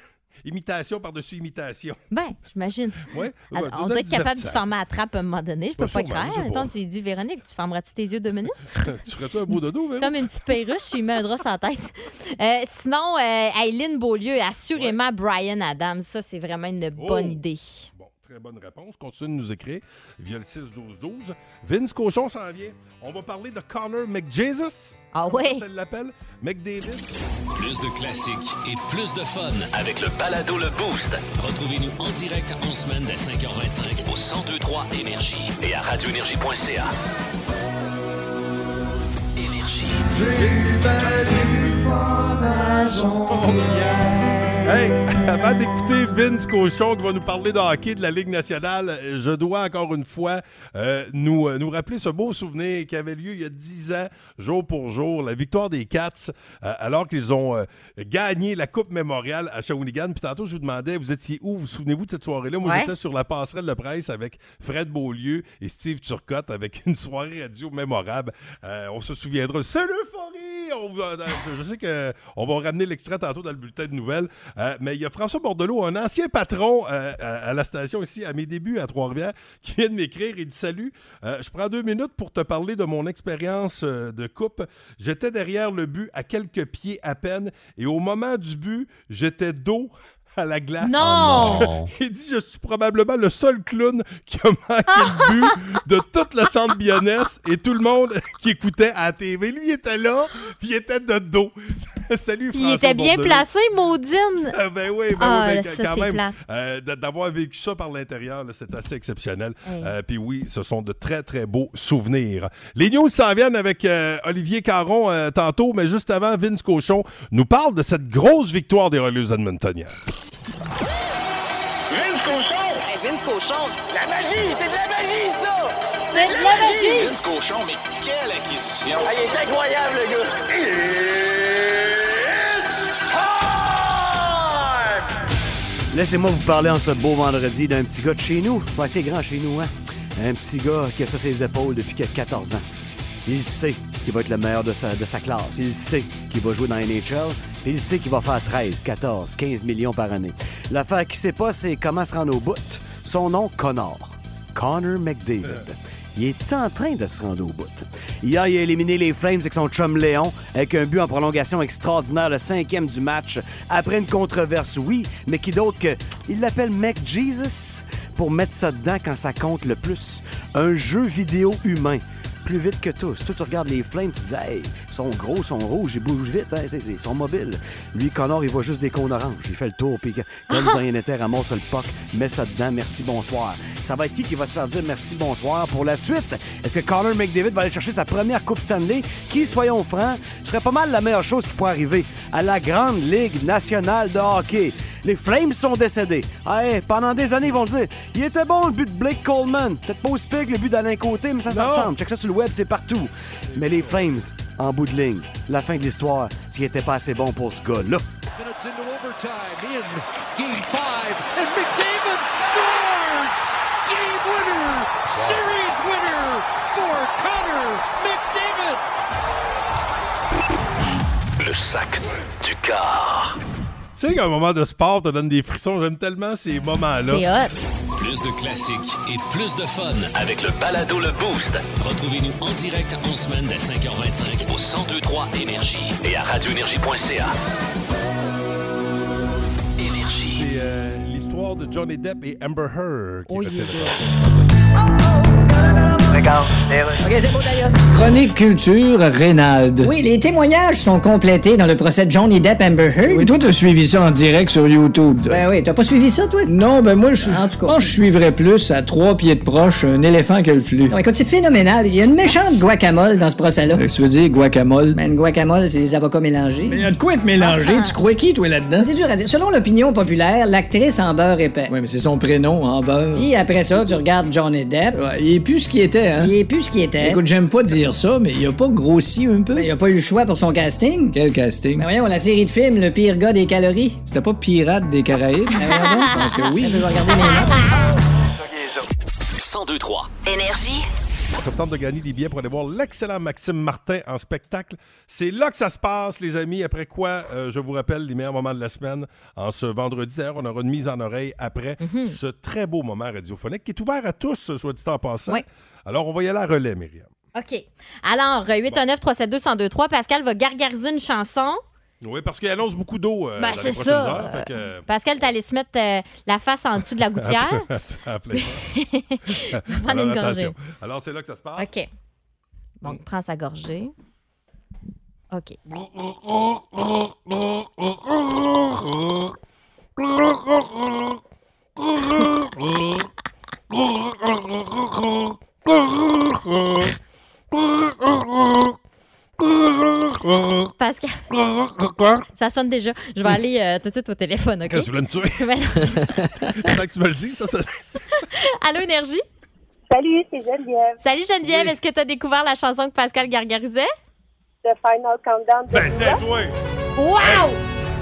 S3: Imitation par-dessus imitation.
S4: Ben, j'imagine.
S3: Ouais,
S4: Elle-
S3: ouais,
S4: Ah, on
S3: doit
S4: doit
S3: être
S4: être capable de
S3: divertissant.
S4: se former à la trappe à un moment donné. Je peux
S3: Ben, sûrement,
S4: pas
S3: je
S4: croire.
S3: sais pas.
S4: Attends, tu lui dis Véronique, tu fermeras-tu tes yeux deux minutes
S3: tu ferais-tu un beau dodo, Véro?
S4: Comme une petite perruche, il met un drap sur la tête. Euh, sinon, euh, Aileen Beaulieu, assurément Brian Adams. Ça, c'est vraiment une
S3: Oh.
S4: bonne idée.
S3: Bon, très bonne réponse. Continue de nous écrire via le 6-12-12. Vince Cochon s'en vient. On va parler de Connor McJesus.
S4: Ah
S3: ouais? Elle l'appelle McDavid.
S2: Plus de classiques et plus de fun avec le balado Le Boost. Retrouvez-nous en direct en semaine dès 5h25 au 1023 Énergie et à radioénergie.ca.
S3: Hey, avant d'écouter Vince Cochon qui va nous parler de hockey de la Ligue nationale, je dois encore une fois euh, nous, euh, nous rappeler ce beau souvenir qui avait lieu il y a 10 ans, jour pour jour, la victoire des Cats, euh, alors qu'ils ont euh, gagné la Coupe mémoriale à Shawinigan. Puis tantôt, je vous demandais, vous étiez où? Vous vous souvenez-vous de cette soirée-là? Moi,
S16: Ouais.
S3: j'étais sur la passerelle de presse avec Fred Beaulieu et Steve Turcotte avec une soirée radio mémorable. Euh, on se souviendra. C'est le Euphorie! On vous- euh, je sais qu'on va ramener l'extrait tantôt dans le bulletin de nouvelles. Euh, mais il y a François Bordelot, un ancien patron euh, à, à la station ici, à mes débuts à Trois-Rivières, qui vient de m'écrire et dit Salut, euh, je prends deux minutes pour te parler de mon expérience euh, de coupe. J'étais derrière le but à quelques pieds à peine et au moment du but, j'étais dos à la glace. ah,
S16: Non! Oh non.
S3: Il dit Je suis probablement le seul clown qui a manqué le but de toute la centre bionesse et tout le monde qui écoutait à la TV. Lui, il était là, puis il était de dos. Salut,
S4: Puis il
S3: François
S4: était bien
S3: Bourdonnais.
S4: placé, Maudine.
S3: Ah, ben oui, ben
S4: Ah,
S3: oui, ben,
S4: là,
S3: quand-
S4: ça,
S3: quand
S4: c'est
S3: même,
S4: plate.
S3: euh, d- d'avoir vécu ça par l'intérieur, là, c'est assez exceptionnel.
S4: Hey.
S3: Euh, Puis oui, ce sont de très, très beaux souvenirs. Les news s'en viennent avec euh, Olivier Caron euh, tantôt, mais juste avant, Vince Cochon nous parle de cette grosse victoire des Oilers Edmontoniens.
S16: Vince Cochon! Vince Cochon! La magie! C'est de la magie, ça!
S4: C'est de la magie!
S16: Vince Cochon, mais quelle acquisition! Ah, il est incroyable, le gars! It's
S17: Laissez-moi vous parler en ce beau vendredi d'un petit gars de chez nous. Pas assez grand chez nous, hein? Un petit gars qui a ça sur ses épaules depuis qu'il a 14 ans. Il sait qu'il va être le meilleur de sa, de sa classe. Il sait qu'il va jouer dans la NHL. Et Il sait qu'il va faire 13, 14, 15 millions par année. L'affaire qu'il sait pas, c'est comment se rendre au bout. Son nom, Connor. Connor McDavid. Il est en train de se rendre au bout. Hier, il a éliminé les Flames avec son chum Léon, avec un but en prolongation extraordinaire, le cinquième du match, après une controverse, oui, mais qui d'autre que. Il l'appelle Mec Jesus pour mettre ça dedans quand ça compte le plus. Un jeu vidéo humain. Plus vite que tous. Toi, tu regardes les Flames, tu te dis, hey, ils sont gros, ils sont rouges, ils bougent vite, hein, c'est- c'est- ils sont mobiles. Lui, Connor, il voit juste des cônes oranges. Il fait le tour, puis comme dans rien était, ramasse le puck, met ça dedans, merci, bonsoir. Ça va être qui qui va se faire dire merci, bonsoir pour la suite? Est-ce que Connor McDavid va aller chercher sa première Coupe Stanley, qui, soyons francs, serait pas mal la meilleure chose qui pourrait arriver à la Grande Ligue nationale de hockey? Les Flames sont décédés. Hey, pendant des années, ils vont le dire. Il était bon le but de Blake Coleman. Peut-être pas aussi pire que le but d'Alain Côté, mais ça ça
S18: Non.
S17: ressemble. Check ça sur le web, c'est partout. Mais les Flames, en bout de ligne, la fin de l'histoire, ce qui était pas assez bon pour ce gars-là.
S16: Minutes into overtime in game five, and McDavid scores! Game winner! Series winner for Connor McDavid!
S2: Le sac du car.
S3: Tu sais qu'un moment de sport te donne des frissons. J'aime tellement ces moments-là.
S2: Plus de classiques et plus de fun avec le balado Le Boost. Retrouvez-nous en direct en semaine dès 5h25 au 1023 Énergie et à radioénergie.ca.
S3: C'est euh, l'histoire de Johnny Depp et Amber Heard qui retient l'attention.
S14: Regarde, les rues.
S6: OK, c'est beau d'ailleurs.
S5: Chronique culture, Reynald.
S6: Oui, les témoignages sont complétés dans le procès de Johnny Depp Amber Heard.
S5: Oui, toi, t'as suivi ça en direct sur YouTube. toi.
S6: Ben oui, t'as pas suivi ça, toi?
S5: Non, ben moi, je je pense que je suivrais plus à trois pieds de proche un éléphant que le flux.
S6: Non, écoute, c'est phénoménal. Il y a une méchante guacamole dans ce procès-là.
S7: Euh.
S5: Qu'est-ce que tu veux dire, guacamole?
S6: Ben, une guacamole, c'est des avocats mélangés.
S5: Il y a de quoi être mélangé. Tu crois qui, toi, là-dedans?
S6: C'est dur à dire. Selon l'opinion populaire, l'actrice en beurre épais.
S5: Oui, mais c'est son prénom, en beurre.
S6: Puis après ça, tu regardes Johnny Depp.
S5: Ouais, il est plus ce qu'il était, hein?
S6: Il est plus ce qu'il était.
S5: Écoute, j'aime pas dire ça, mais il a pas grossi un peu.
S6: Ben, il a pas eu le choix pour son casting.
S5: Quel casting?
S6: Ben voyons, la série de films, le pire gars des calories.
S5: C'était pas Pirate des Caraïbes?
S6: Ben voyons donc.
S19: Ah,
S5: Je pense que oui.
S6: Je vais regarder mes notes.
S2: 1023.
S13: Énergie.
S3: En septembre, de gagner des billets pour aller voir l'excellent Maxime Martin en spectacle. C'est là que ça se passe, les amis. Après quoi, euh, je vous rappelle les meilleurs moments de la semaine en ce vendredi. D'ailleurs, on aura une mise en oreille après
S4: Mhm.
S3: ce très beau moment radiophonique qui est ouvert à tous, soit dit en passant.
S4: Oui.
S3: Alors, on va y aller à relais, Myriam.
S4: OK. Alors, euh, 819 372 1023 Pascal va gargariser une chanson.
S3: Oui, parce qu'il annonce beaucoup d'eau euh, dans
S4: Ben,
S3: les
S4: c'est
S3: prochaines
S4: ça.
S3: heures. fait que-
S4: Pascal, t'allais se mettre euh, la face en dessous de la gouttière.
S3: Attends, attends, plein ça.
S4: Prendre une
S3: Alors,
S4: gorgée.
S3: attention. Alors, c'est là que ça se passe.
S4: OK.
S3: Mm.
S4: Donc, prends sa gorgée. OK. Pascal,
S3: Quoi?
S4: ça sonne déjà. Je vais aller euh, tout de suite au téléphone, OK?
S3: Mm. Qu'est-ce que tu voulais me tuer?
S4: Ben non.
S3: Attends que tu me le dis, ça, ça...
S4: Allô, Énergie?
S18: Salut, c'est Geneviève.
S4: Salut Geneviève, est-ce que tu as découvert la chanson que Pascal gargarisait?
S18: The Final Countdown de
S3: Ben,
S18: Lula.
S3: tais-toi!
S4: Wow!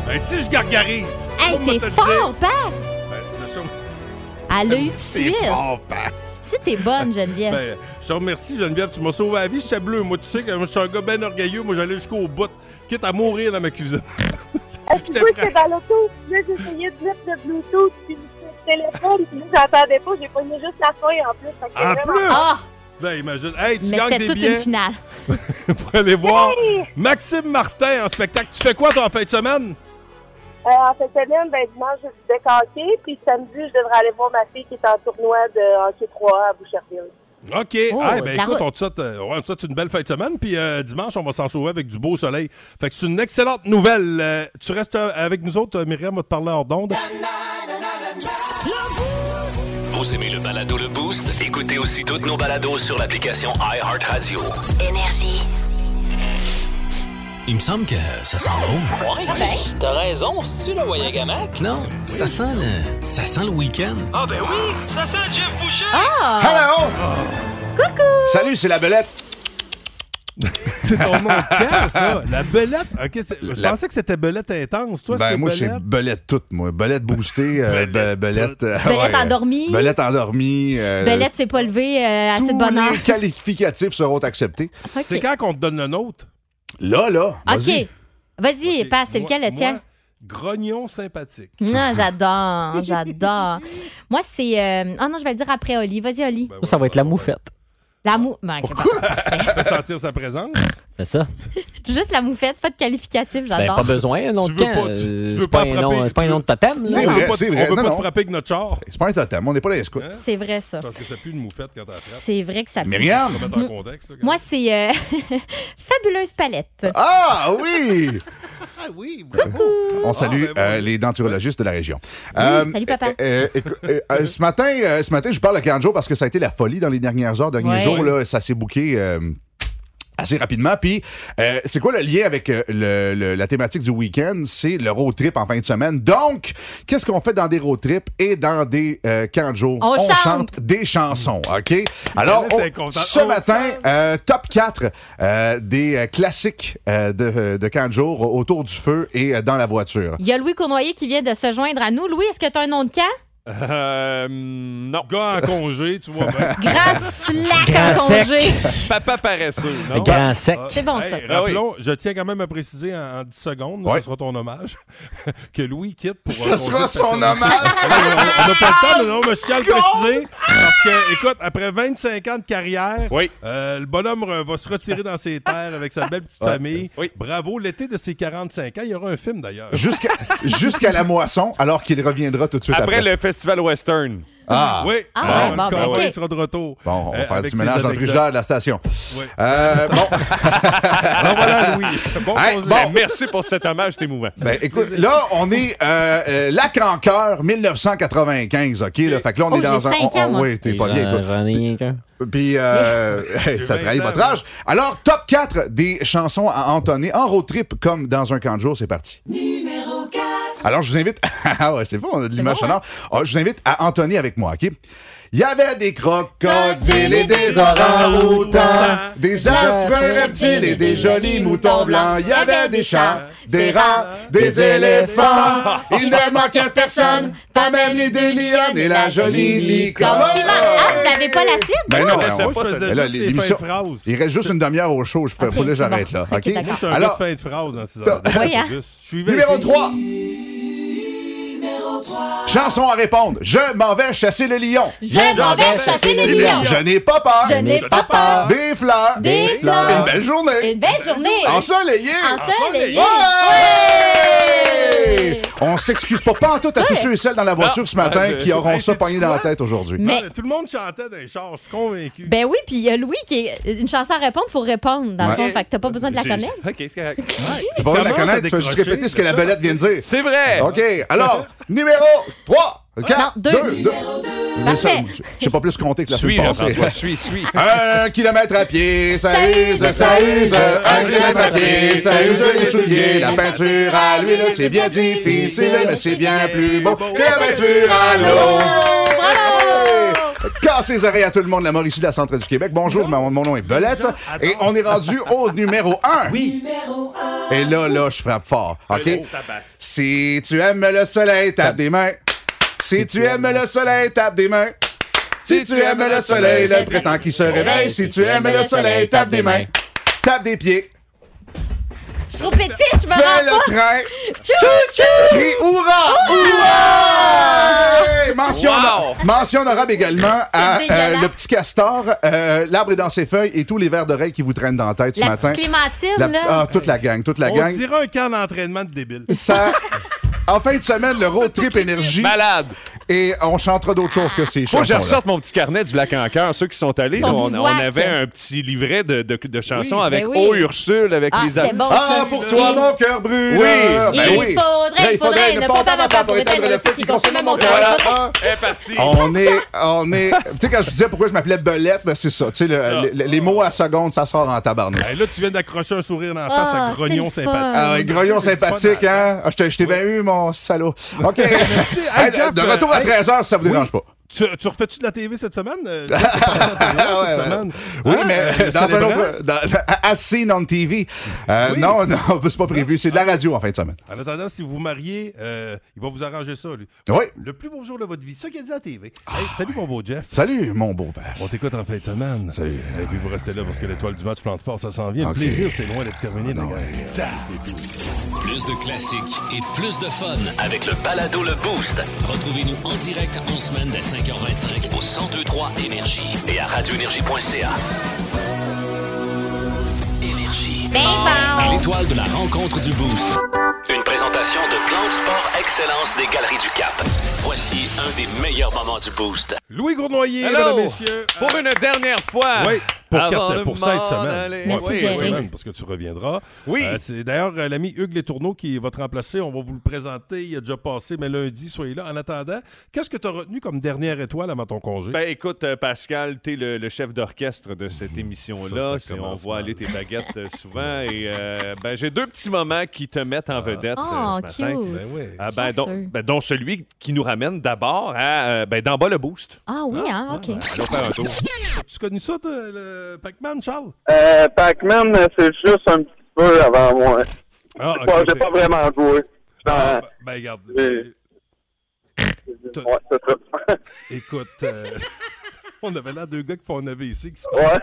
S3: Ben, si je gargarise!
S4: Hey,
S3: faut me te
S4: t'es
S3: le
S4: fort,
S3: dire.
S4: passe!
S3: Ben, je te rem-
S4: Elle a eu de
S3: C'est
S4: suite.
S3: fort, passe!
S4: Si t'es bonne, Geneviève.
S3: Ben, je te remercie, Geneviève. Tu m'as sauvé la vie. J'étais bleu. Moi, tu sais que je suis un gars ben orgueilleux. Moi, j'allais jusqu'au bout, quitte à mourir dans ma cuisine.
S18: Puis moi, j'étais dans l'auto, puis là, j'essayais de mettre le Bluetooth, puis le téléphone, puis là, j'entendais pas, j'ai pogné juste la fin en plus. Fait que
S3: En
S18: vraiment-
S3: plus!
S4: Ah!
S3: Ben, imagine. Hey, tu
S4: Mais
S3: gagnes
S4: c'est
S3: des
S4: toute une
S3: billets
S4: finale.
S3: pour aller voir Maxime Martin en spectacle. Tu fais quoi, toi, en fin de semaine?
S18: Euh, en cette semaine, ben, dimanche, je suis décanquée, puis samedi, je devrais aller voir ma fille qui est en tournoi de hockey 3 à Boucherville.
S3: OK.
S4: Oh,
S3: Ah, ben,
S4: la
S3: écoute,
S4: route.
S3: on te souhaite, euh, ouais, on te souhaite une belle fin de semaine. Puis euh, dimanche, on va s'en sauver avec du beau soleil. Fait que c'est une excellente nouvelle. Euh, tu restes euh, avec nous autres. euh, Myriam va te parler hors d'onde.
S2: Vous aimez le balado Le Boost? Écoutez aussi toutes nos balados sur l'application iHeartRadio.
S13: Énergie.
S1: Il me semble que ça sent bon.
S16: Ouais,
S4: ben.
S16: t'as raison, c'est-tu le Wayagamac?
S1: Non, ça sent le, ça sent le week-end.
S16: Ah ben oui, ça sent Jeff Boucher!
S4: Ah!
S19: Salut, c'est la belette.
S3: C'est ton nom de père, ça. La belette. OK, c'est- je
S19: La-
S3: pensais que c'était belette intense. Toi, c'est
S19: ben, moi, je suis
S3: belette.
S19: belette toute, moi. Belette boostée, euh, be- belette... euh,
S4: Belette
S19: ouais, euh,
S4: endormie.
S19: Belette endormie. euh,
S4: Belette Ben, s'est pas levée euh, à assez de
S19: tous
S4: bonheur.
S19: les qualificatifs seront acceptés.
S4: OK.
S3: C'est quand qu'on te donne le nôtre?
S19: Là, là, vas-y.
S4: OK. Vas-y, passe. C'est lequel
S3: Moi-
S4: le tien?
S3: moi, grognon sympathique.
S4: Non, j'adore, j'adore. Moi, c'est. euh, Ah non, je vais le dire après Oli. Vas-y, Oli.
S3: Ben,
S8: Ça va être la moufette.
S4: La mou. Ben, ok, bon.
S3: Fais sentir sa présence.
S8: C'est ça.
S4: Juste la moufette, pas de
S8: Ben,
S4: qualificatif, j'adore.
S8: pas besoin, un nom
S3: Tu
S8: de
S3: veux
S8: camp.
S3: pas- tu-
S8: euh,
S3: tu veux
S8: C'est
S3: pas
S8: pas un
S3: frapper,
S8: nom- c'est pas
S3: tu
S8: un
S3: veux-
S8: nom de totem,
S19: C'est
S8: là.
S3: On
S19: vrai,
S3: peut pas,
S19: c'est
S3: te-
S19: vrai.
S3: on peut
S19: Non,
S3: pas te
S19: non.
S3: frapper avec notre char.
S19: C'est pas un totem, on n'est pas les escouades.
S4: c'est vrai, ça.
S3: Parce que ça pue une moufette quand t'as frappe.
S4: C'est vrai que ça pue.
S19: Myriam!
S3: On va mettre en contexte. là, quand-
S4: Moi, c'est euh, Fabuleuse Palette.
S19: Ah oui!
S3: Ah oui,
S19: On salue
S3: ben
S19: euh, les denturologistes de la région. Euh,
S4: salut, papa.
S19: euh, euh, écou- euh, euh, ce, matin, euh, ce matin, je parle à Kanjo parce que ça a été la folie dans les dernières heures, derniers
S4: Ouais.
S19: jours. Là, ça s'est bouqué assez rapidement. Puis, euh, c'est quoi le lien avec euh, le- le- la thématique du week-end? C'est le road trip en fin de semaine. Donc, qu'est-ce qu'on fait dans des road trips et dans des euh, camps de jour?
S4: On chante.
S19: des chansons, OK? Alors,
S3: Là,
S19: on-
S3: c'est content.
S19: ce
S3: On
S19: matin,
S3: chante.
S19: euh, top 4 euh, des euh, classiques euh, de, de camp de jour autour du feu et euh, dans la voiture.
S4: Il y a Louis Cournoyer qui vient de se joindre à nous. Louis, est-ce que tu as un nom de camp?
S20: Euh, non.
S3: Gars en congé, tu vois. ben.
S4: Grasse
S8: Grand
S4: slack en congé.
S20: Papa paresseux, non?
S8: Grand sec.
S3: Ah,
S4: C'est bon,
S3: hey,
S4: ça.
S3: Rappelons, je tiens quand même à préciser en, en 10 secondes,
S19: Ouais.
S3: ce sera ton hommage, que Louis quitte pour.
S19: Ce
S3: un
S19: sera
S3: congé
S19: son
S3: paternel.
S19: hommage.
S3: On n'a pas le temps, mais non, mais je tiens à le préciser. Parce que, écoute, après 25 ans de carrière,
S20: Oui.
S3: euh, le bonhomme euh, va se retirer dans ses terres avec sa belle petite
S19: Ouais.
S3: famille.
S20: Oui.
S3: Bravo, l'été de ses 45 ans, il y aura un film d'ailleurs.
S19: Jusqu'à jusqu'à la moisson, alors qu'il reviendra tout de suite après.
S20: Après le festival western.
S19: Ah.
S20: Oui.
S19: Ah,
S20: Ah,
S19: ouais, bon,
S20: Colin
S19: ben, ok.
S20: sera de retour.
S19: Bon, on
S20: Euh,
S19: va faire
S20: avec
S19: du
S20: ses
S19: ménage dans le
S20: anecdotes.
S19: frigidaire de la station.
S20: Oui.
S19: Euh, bon.
S20: Alors voilà, Louis. Bon,
S19: Hey,
S20: conseil.
S19: bon.
S20: Ben, Merci pour cet hommage, c'est émouvant.
S19: Ben, écoute, là, on est euh, euh, La Cranqueur 1995, OK? Là, fait que là, on
S8: Oh,
S19: est dans
S8: j'ai
S19: un.
S8: cinq
S19: on- on-
S8: ans, moi.
S19: oui, Ah, t'es
S8: Et
S19: pas
S8: j'en-
S19: bien, toi.
S8: j'en ai rien qu'un.
S19: Puis, euh, hey, ça trahit votre âge. Alors, top 4 des chansons à entonner en road trip, comme dans un camp de jour, c'est parti.
S16: Numéro 4.
S19: Alors, je vous invite. Ah ouais, c'est bon, on a de l'image sonore. Ah, je vous invite à entonner avec moi, OK? Il y avait des crocodiles et des orang-outans, des affreux reptiles et des jolis moutons blancs. Il y avait des chats, des rats, des éléphants. Il ne manquait personne, pas même les deux lionnes et la jolie licorne.
S4: Ah, vous n'avez pas la suite?
S19: Ben non,
S3: Je connaissais
S19: hein,
S3: pas, je faisais
S19: mais là,
S3: juste des
S19: l'émission-
S3: fins de phrases.
S19: Il reste juste une demi-heure au show. Je peux,
S3: Ok,
S19: faut que
S3: c'est
S19: j'arrête
S3: bon.
S19: là.
S3: Ok,
S19: OK?
S3: d'accord. Moi, c'est un gars
S19: Alors,
S3: de fin de phrase dans ces
S19: t'as-
S3: ordres.
S4: Oui, hein?
S19: Numéro 3. Chanson à répondre. Je m'en vais chasser le lion.
S16: Je m'en vais chasser le lion.
S19: Je n'ai pas peur.
S16: Je n'ai pas peur.
S19: Des fleurs.
S16: Des fleurs.
S19: Une belle journée.
S4: Une belle journée.
S19: Ensoleillée.
S4: Ensoleillée.
S19: Ouais! On s'excuse pas, pas en tout à tous ceux et celles dans la voiture
S3: Non.
S19: ce matin
S20: Ah,
S3: Euh,
S19: qui
S3: c'est-
S19: auront
S3: hey,
S19: ça
S3: sais-tu
S19: pogné dans la
S3: quoi?
S19: tête aujourd'hui.
S4: Mais-
S3: Ah, Tout le monde chantait dans les chars, je suis convaincu.
S4: Ben oui, puis il y a Louis qui est une chanson à répondre, faut répondre dans le
S19: Ouais.
S4: fond, fait que t'as pas besoin de la
S19: J'ai-
S4: connaître.
S20: ben, OK, c'est correct.
S19: T'as pas besoin de la
S20: Commence à
S19: connaître, tu vas juste
S20: décrocher,
S19: répéter ce que
S20: là,
S19: la
S3: Euh,
S20: ça.
S19: belette vient de dire.
S20: C'est vrai.
S19: OK, alors, numéro 3, 4,
S4: deux.
S19: 2, 2.
S4: Parfait.
S19: Je sais pas plus compter que la
S20: Suis,
S19: semaine passée.
S20: Jean-François, suis, suis.
S19: Un kilomètre à pied, ça
S16: Ça
S19: use,
S16: use,
S19: ça
S16: ça
S19: use.
S16: use.
S3: euh,
S19: Un kilomètre à pied, ça use les souliers. La
S16: La
S19: peinture à l'huile, c'est bien difficile, mais c'est bien
S3: euh,
S19: plus beau que la peinture à l'eau. Cassez les oreilles à tout le monde, la Mauricie de la Centre du Québec. Bonjour, mon, mon nom est Belette. Et on est rendu au numéro 1. Oui. Et là, là, je frappe fort. OK?
S16: Oh, ça bat.
S19: Si tu aimes le soleil, tape des mains. Si tu aimes le soleil, tape des mains. Si tu aimes le soleil, le printemps qui se réveille. Si tu aimes le soleil, tape des mains. Tape des pieds.
S4: Je suis trop petite, je me rends
S19: Fais le
S4: pas.
S19: train.
S4: Tchou, tchou.
S19: Crie hurrah! Hurrah! Hey, Mention
S16: Wow!
S19: mention honorable également à euh,
S4: dégueulasse.
S19: le petit castor, euh, l'arbre est dans ses feuilles et tous les vers d'oreilles qui vous traînent dans la tête ce
S4: La
S19: matin.
S4: petite Clémentine,
S19: La petite-
S4: là.
S19: ah, toute la gang, toute la
S3: On
S19: gang.
S3: dirait un camp d'entraînement de débiles.
S19: Ça. En fin de semaine, le road trip énergie. Malade. Et on chantera d'autres choses que ces
S20: Faut que je
S19: chansons-là.
S20: ressorte mon petit carnet du lac en cœur. Ceux qui sont allés,
S19: Ton
S20: on, on
S19: bivouac.
S20: avait un petit livret de, de- de chansons
S19: Oui.
S20: avec
S4: Ben
S20: O
S4: oui.
S20: Ursule, avec
S4: Ah,
S20: les
S4: c'est bon,
S19: Ah,
S4: ça.
S19: pour toi,
S4: Et-
S19: mon cœur brûle.
S20: Oui.
S19: Ben
S4: il
S19: oui.
S4: faudrait, il faudrait, ne pas papa pour éteindre le feu qui consomme mon cœur.
S20: est parti.
S19: On est, on est. Tu sais, quand je disais pourquoi je m'appelais Belette, ben c'est ça. Tu sais, le- le- les mots à seconde, ça sort en tabarnak.
S3: Hey, là, tu viens d'accrocher un sourire dans la face
S4: Ah,
S3: à Grognon
S4: c'est le fun.
S3: sympathique.
S19: Ah, un grognon sympathique, hein? Ah, je t'ai- je t'ai bien eu, mon salaud. OK. Hey, de-
S3: Jeff,
S19: de retour à
S20: euh,
S3: hey.
S19: 13h, ça vous dérange pas.
S3: Tu, tu refais-tu de la TV cette semaine? Euh, Jeff, t'es passé à la
S19: Ah,
S3: TV
S19: ouais,
S3: cette
S19: ouais.
S3: semaine?
S19: Oui,
S3: Hein,
S19: mais
S3: euh,
S19: dans un
S3: célébrant?
S19: autre. Dans, à- à Seen on TV. Euh, Non, non, c'est pas prévu. C'est de la radio en fin de semaine.
S3: En attendant, si vous vous mariez, euh, il va vous arranger ça, lui.
S19: Oui.
S3: Le plus beau jour de votre vie, c'est ça qu'il a dit à la TV. Hey, salut, mon beau Jeff.
S19: Ah, Salut, mon beau-père.
S3: On t'écoute en fin de semaine. Salut. Et puis vous restez là parce que l'étoile du match plante fort, ça s'en vient.
S19: Ok. Ah,
S3: Le plaisir, c'est loin d'être terminé. la gang.
S2: Plus de classiques et plus de fun avec le balado Le Boost. Retrouvez-nous en direct en semaine dès 5h25 au 1023 Énergie et à radioénergie.ca. Énergie. L'étoile de la rencontre du Boost. Une présentation de Plan de Sport Excellence des Galeries du Cap. Voici un des meilleurs moments du Boost.
S3: Louis Gournoyer,
S20: Hello.
S3: mesdames et messieurs.
S20: Pour une dernière fois.
S3: Oui, pour,
S20: Avant
S3: quatre-
S20: de
S3: pour
S20: m'en
S3: 16 semaines.
S20: aller.
S3: Ouais,
S20: Merci,
S3: pour 16
S20: Jerry.
S3: semaines, parce que tu reviendras.
S20: Oui.
S3: Euh, c'est d'ailleurs euh, l'ami Hugues Létourneau qui va te remplacer. On va vous le présenter. Il a déjà passé, mais lundi, soyez là. En attendant, qu'est-ce que tu as retenu comme dernière étoile avant ton congé?
S20: Ben écoute, euh, Pascal, t'es le, le chef d'orchestre de cette
S3: ça
S20: émission-là. Si on
S3: commence
S20: voit aller tes baguettes euh, souvent. Et euh, ben, j'ai deux petits moments qui te mettent en vedette
S4: Oh,
S20: euh, ce matin.
S4: cute. Ben oui.
S20: Ah, ben,
S4: Chanceux.
S20: donc- ben, dont celui qui nous ramène d'abord à euh, ben, d'en bas le boost.
S4: Ah oui, hein, OK.
S20: Allons faire un tour.
S3: Tu connais ça, toi, le Pac-Man, Charles?
S12: Euh, Pac-Man, c'est juste un petit peu avant moi.
S3: Ah,
S12: J'ai
S3: ok,
S12: pas-
S3: ok.
S12: J'ai pas vraiment joué.
S3: Ah,
S12: Euh,
S3: ben, ben, regarde.
S12: j'ai- Ouais, c'est ça.
S3: Écoute, euh, on avait là deux gars qui font un AVC qui se
S12: Ouais.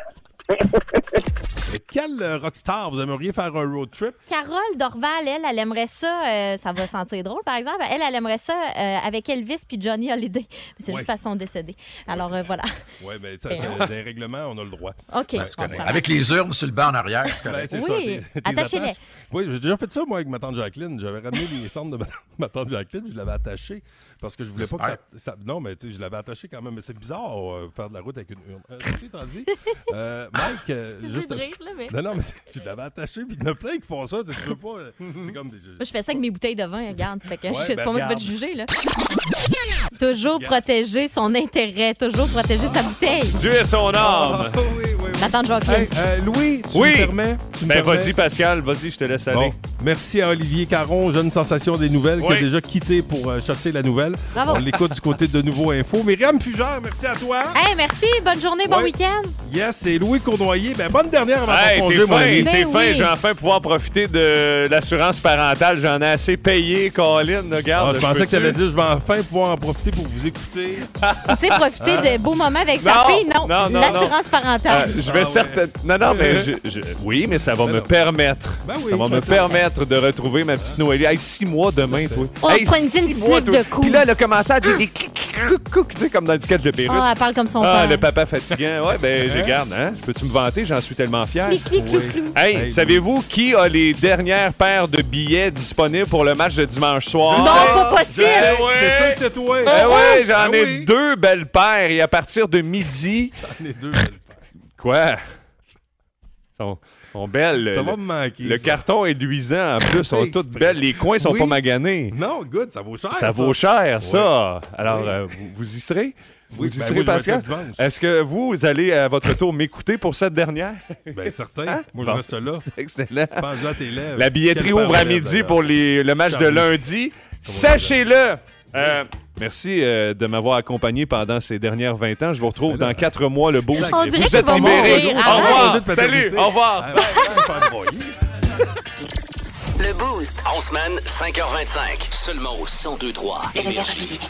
S3: Avec Quel euh, rockstar vous aimeriez faire un road trip?
S4: Carole Dorval, elle, elle aimerait ça. euh, ça va sentir drôle, par exemple. Elle, elle aimerait ça euh, avec Elvis puis Johnny Hallyday. Mais c'est
S3: Ouais.
S4: juste parce qu'ils sont décédés. Alors, euh, voilà.
S3: Oui, mais ça, ben, c'est dans les règlements, on a le droit.
S4: OK, Ben, c'est on correct. s'arrête.
S15: Avec les urnes sur le banc en arrière, c'est
S3: Ben,
S15: correct.
S3: c'est ça, tes- tes
S4: attachez-les.
S3: attaches. Oui, j'ai déjà fait ça, moi, avec ma tante Jacqueline. J'avais ramené les cendres de ma, ma tante Jacqueline, puis je l'avais attaché parce que je voulais pas que ça, ça- Non, mais tu sais, je l'avais attaché quand même. Mais c'est bizarre, euh, faire de la route avec une urne. Euh, ceci étant dit, euh, Mike, euh,
S4: Excusez
S3: juste.
S4: de rire, là, mais-
S3: Non, non, mais c'est- je l'avais attaché, puis il y en a plein qui font ça. Tu sais, tu veux pas. euh, C'est comme des.
S4: Moi, je fais ça avec mes bouteilles de vin, regarde. Ça fait que
S3: Ouais,
S4: je- c'est
S3: ben,
S4: pas moi qui vais te
S3: regarde.
S4: juger, là. toujours protéger son intérêt, toujours protéger sa bouteille.
S20: Dieu est son
S4: Ah,
S20: âme.
S3: Ah,
S4: La tante Jacqueline.
S3: euh, Louis, tu
S20: Ah, ben. oui.
S3: me permets? Tu me
S20: Ben,
S3: permets?
S20: vas-y, Pascal, vas-y, je te laisse aller.
S3: Bon, merci à Olivier Caron, jeune sensation des nouvelles, qui
S20: Oui.
S3: a déjà quitté pour euh, chasser la nouvelle.
S4: Bravo.
S3: On l'écoute du côté de Nouveau Info. Myriam Fugère, merci à toi.
S4: Hey, merci. Bonne journée, bon
S3: Ouais.
S4: week-end.
S3: Yes, c'est Louis Cournoyer. Ben, bonne dernière avant
S20: Hey,
S3: ton
S20: t'es
S3: congé, mon
S20: fin,
S3: ami.
S4: Ben
S20: t'es fin, je vais enfin pouvoir profiter de l'assurance parentale. J'en ai assez payé, Colin,
S3: Ah,
S20: regarde.
S3: je pensais que tu
S20: peux-tu?
S3: allais dire, je vais enfin pouvoir en profiter pour vous écouter.
S4: Tu sais, profiter de beaux moments avec sa
S20: Ah. Non,
S4: fille, non.
S20: non, non,
S4: L'assurance
S20: Euh,
S4: parentale.
S3: Ah,
S20: je vais certainement.
S4: Ah,
S20: Non,
S3: Ben,
S20: non, mais je- je- oui, mais ça va me permettre. ça va me permettre de retrouver ma petite Noélie. Hey, six mois demain, toi.
S4: Oh,
S20: Euh, Hey,
S4: prenez-y
S20: six
S4: une
S20: mois,
S4: sniff
S20: toi.
S4: de coups.
S20: Puis là, elle a commencé à dire des clics, clics, clics, tu sais, comme dans le sketch de Pérus.
S4: Ah, elle parle comme son
S20: Ah,
S4: père.
S20: le papa fatigant. Ouais, ben, je garde, hein. Peux-tu me vanter? J'en suis tellement fier.
S4: Clic, clic, clou, clou.
S20: Hey, savez-vous qui a les dernières paires de billets disponibles pour le match de dimanche soir?
S4: Non, pas possible.
S20: Eh ouais.
S3: C'est sûr que c'est toi. Ah
S20: Eh ouais,
S19: Ah
S20: j'en ai deux belles paires et à partir de midi.
S3: J'en ai deux. belles.
S20: Quoi? Sont, sont belles.
S3: Ça
S20: Le-
S3: va me manquer,
S20: Le
S3: ça.
S20: carton est luisant en plus, sont
S3: Fait
S20: toutes
S3: exprès.
S20: belles. Les coins sont
S3: Oui.
S20: pas maganés.
S3: Non, good, ça vaut cher.
S20: Ça vaut cher, ça.
S3: Ouais.
S20: Alors,
S3: C'est-
S20: euh, vous, vous y serez? Vous
S3: Oui,
S20: y
S3: ben moi, je
S20: serez,
S3: vais être
S20: Pascal?
S3: là dimanche.
S20: Est-ce que vous allez à votre tour m'écouter pour cette dernière?
S3: Ben, certain.
S20: Hein?
S3: Moi, je
S20: Bon.
S3: reste là.
S20: Excellent.
S3: Pense à tes lèvres.
S20: La billetterie
S3: Quelle
S20: ouvre à
S3: parole,
S20: midi
S3: d'ailleurs.
S20: pour les- le match de
S3: Charlie.
S20: lundi. Sachez-le! Euh, merci euh, de m'avoir accompagné pendant ces dernières 20 ans. Je vous retrouve dans 4 mois, le beau.
S4: On dirait
S20: Vous
S4: qu'il
S20: êtes
S4: va
S20: libérés.
S4: mourir.
S20: Au revoir.
S4: Arrête.
S20: Salut. Au revoir.
S2: Le Boost. En semaine, 5h25. Seulement au 102.3 Énergie.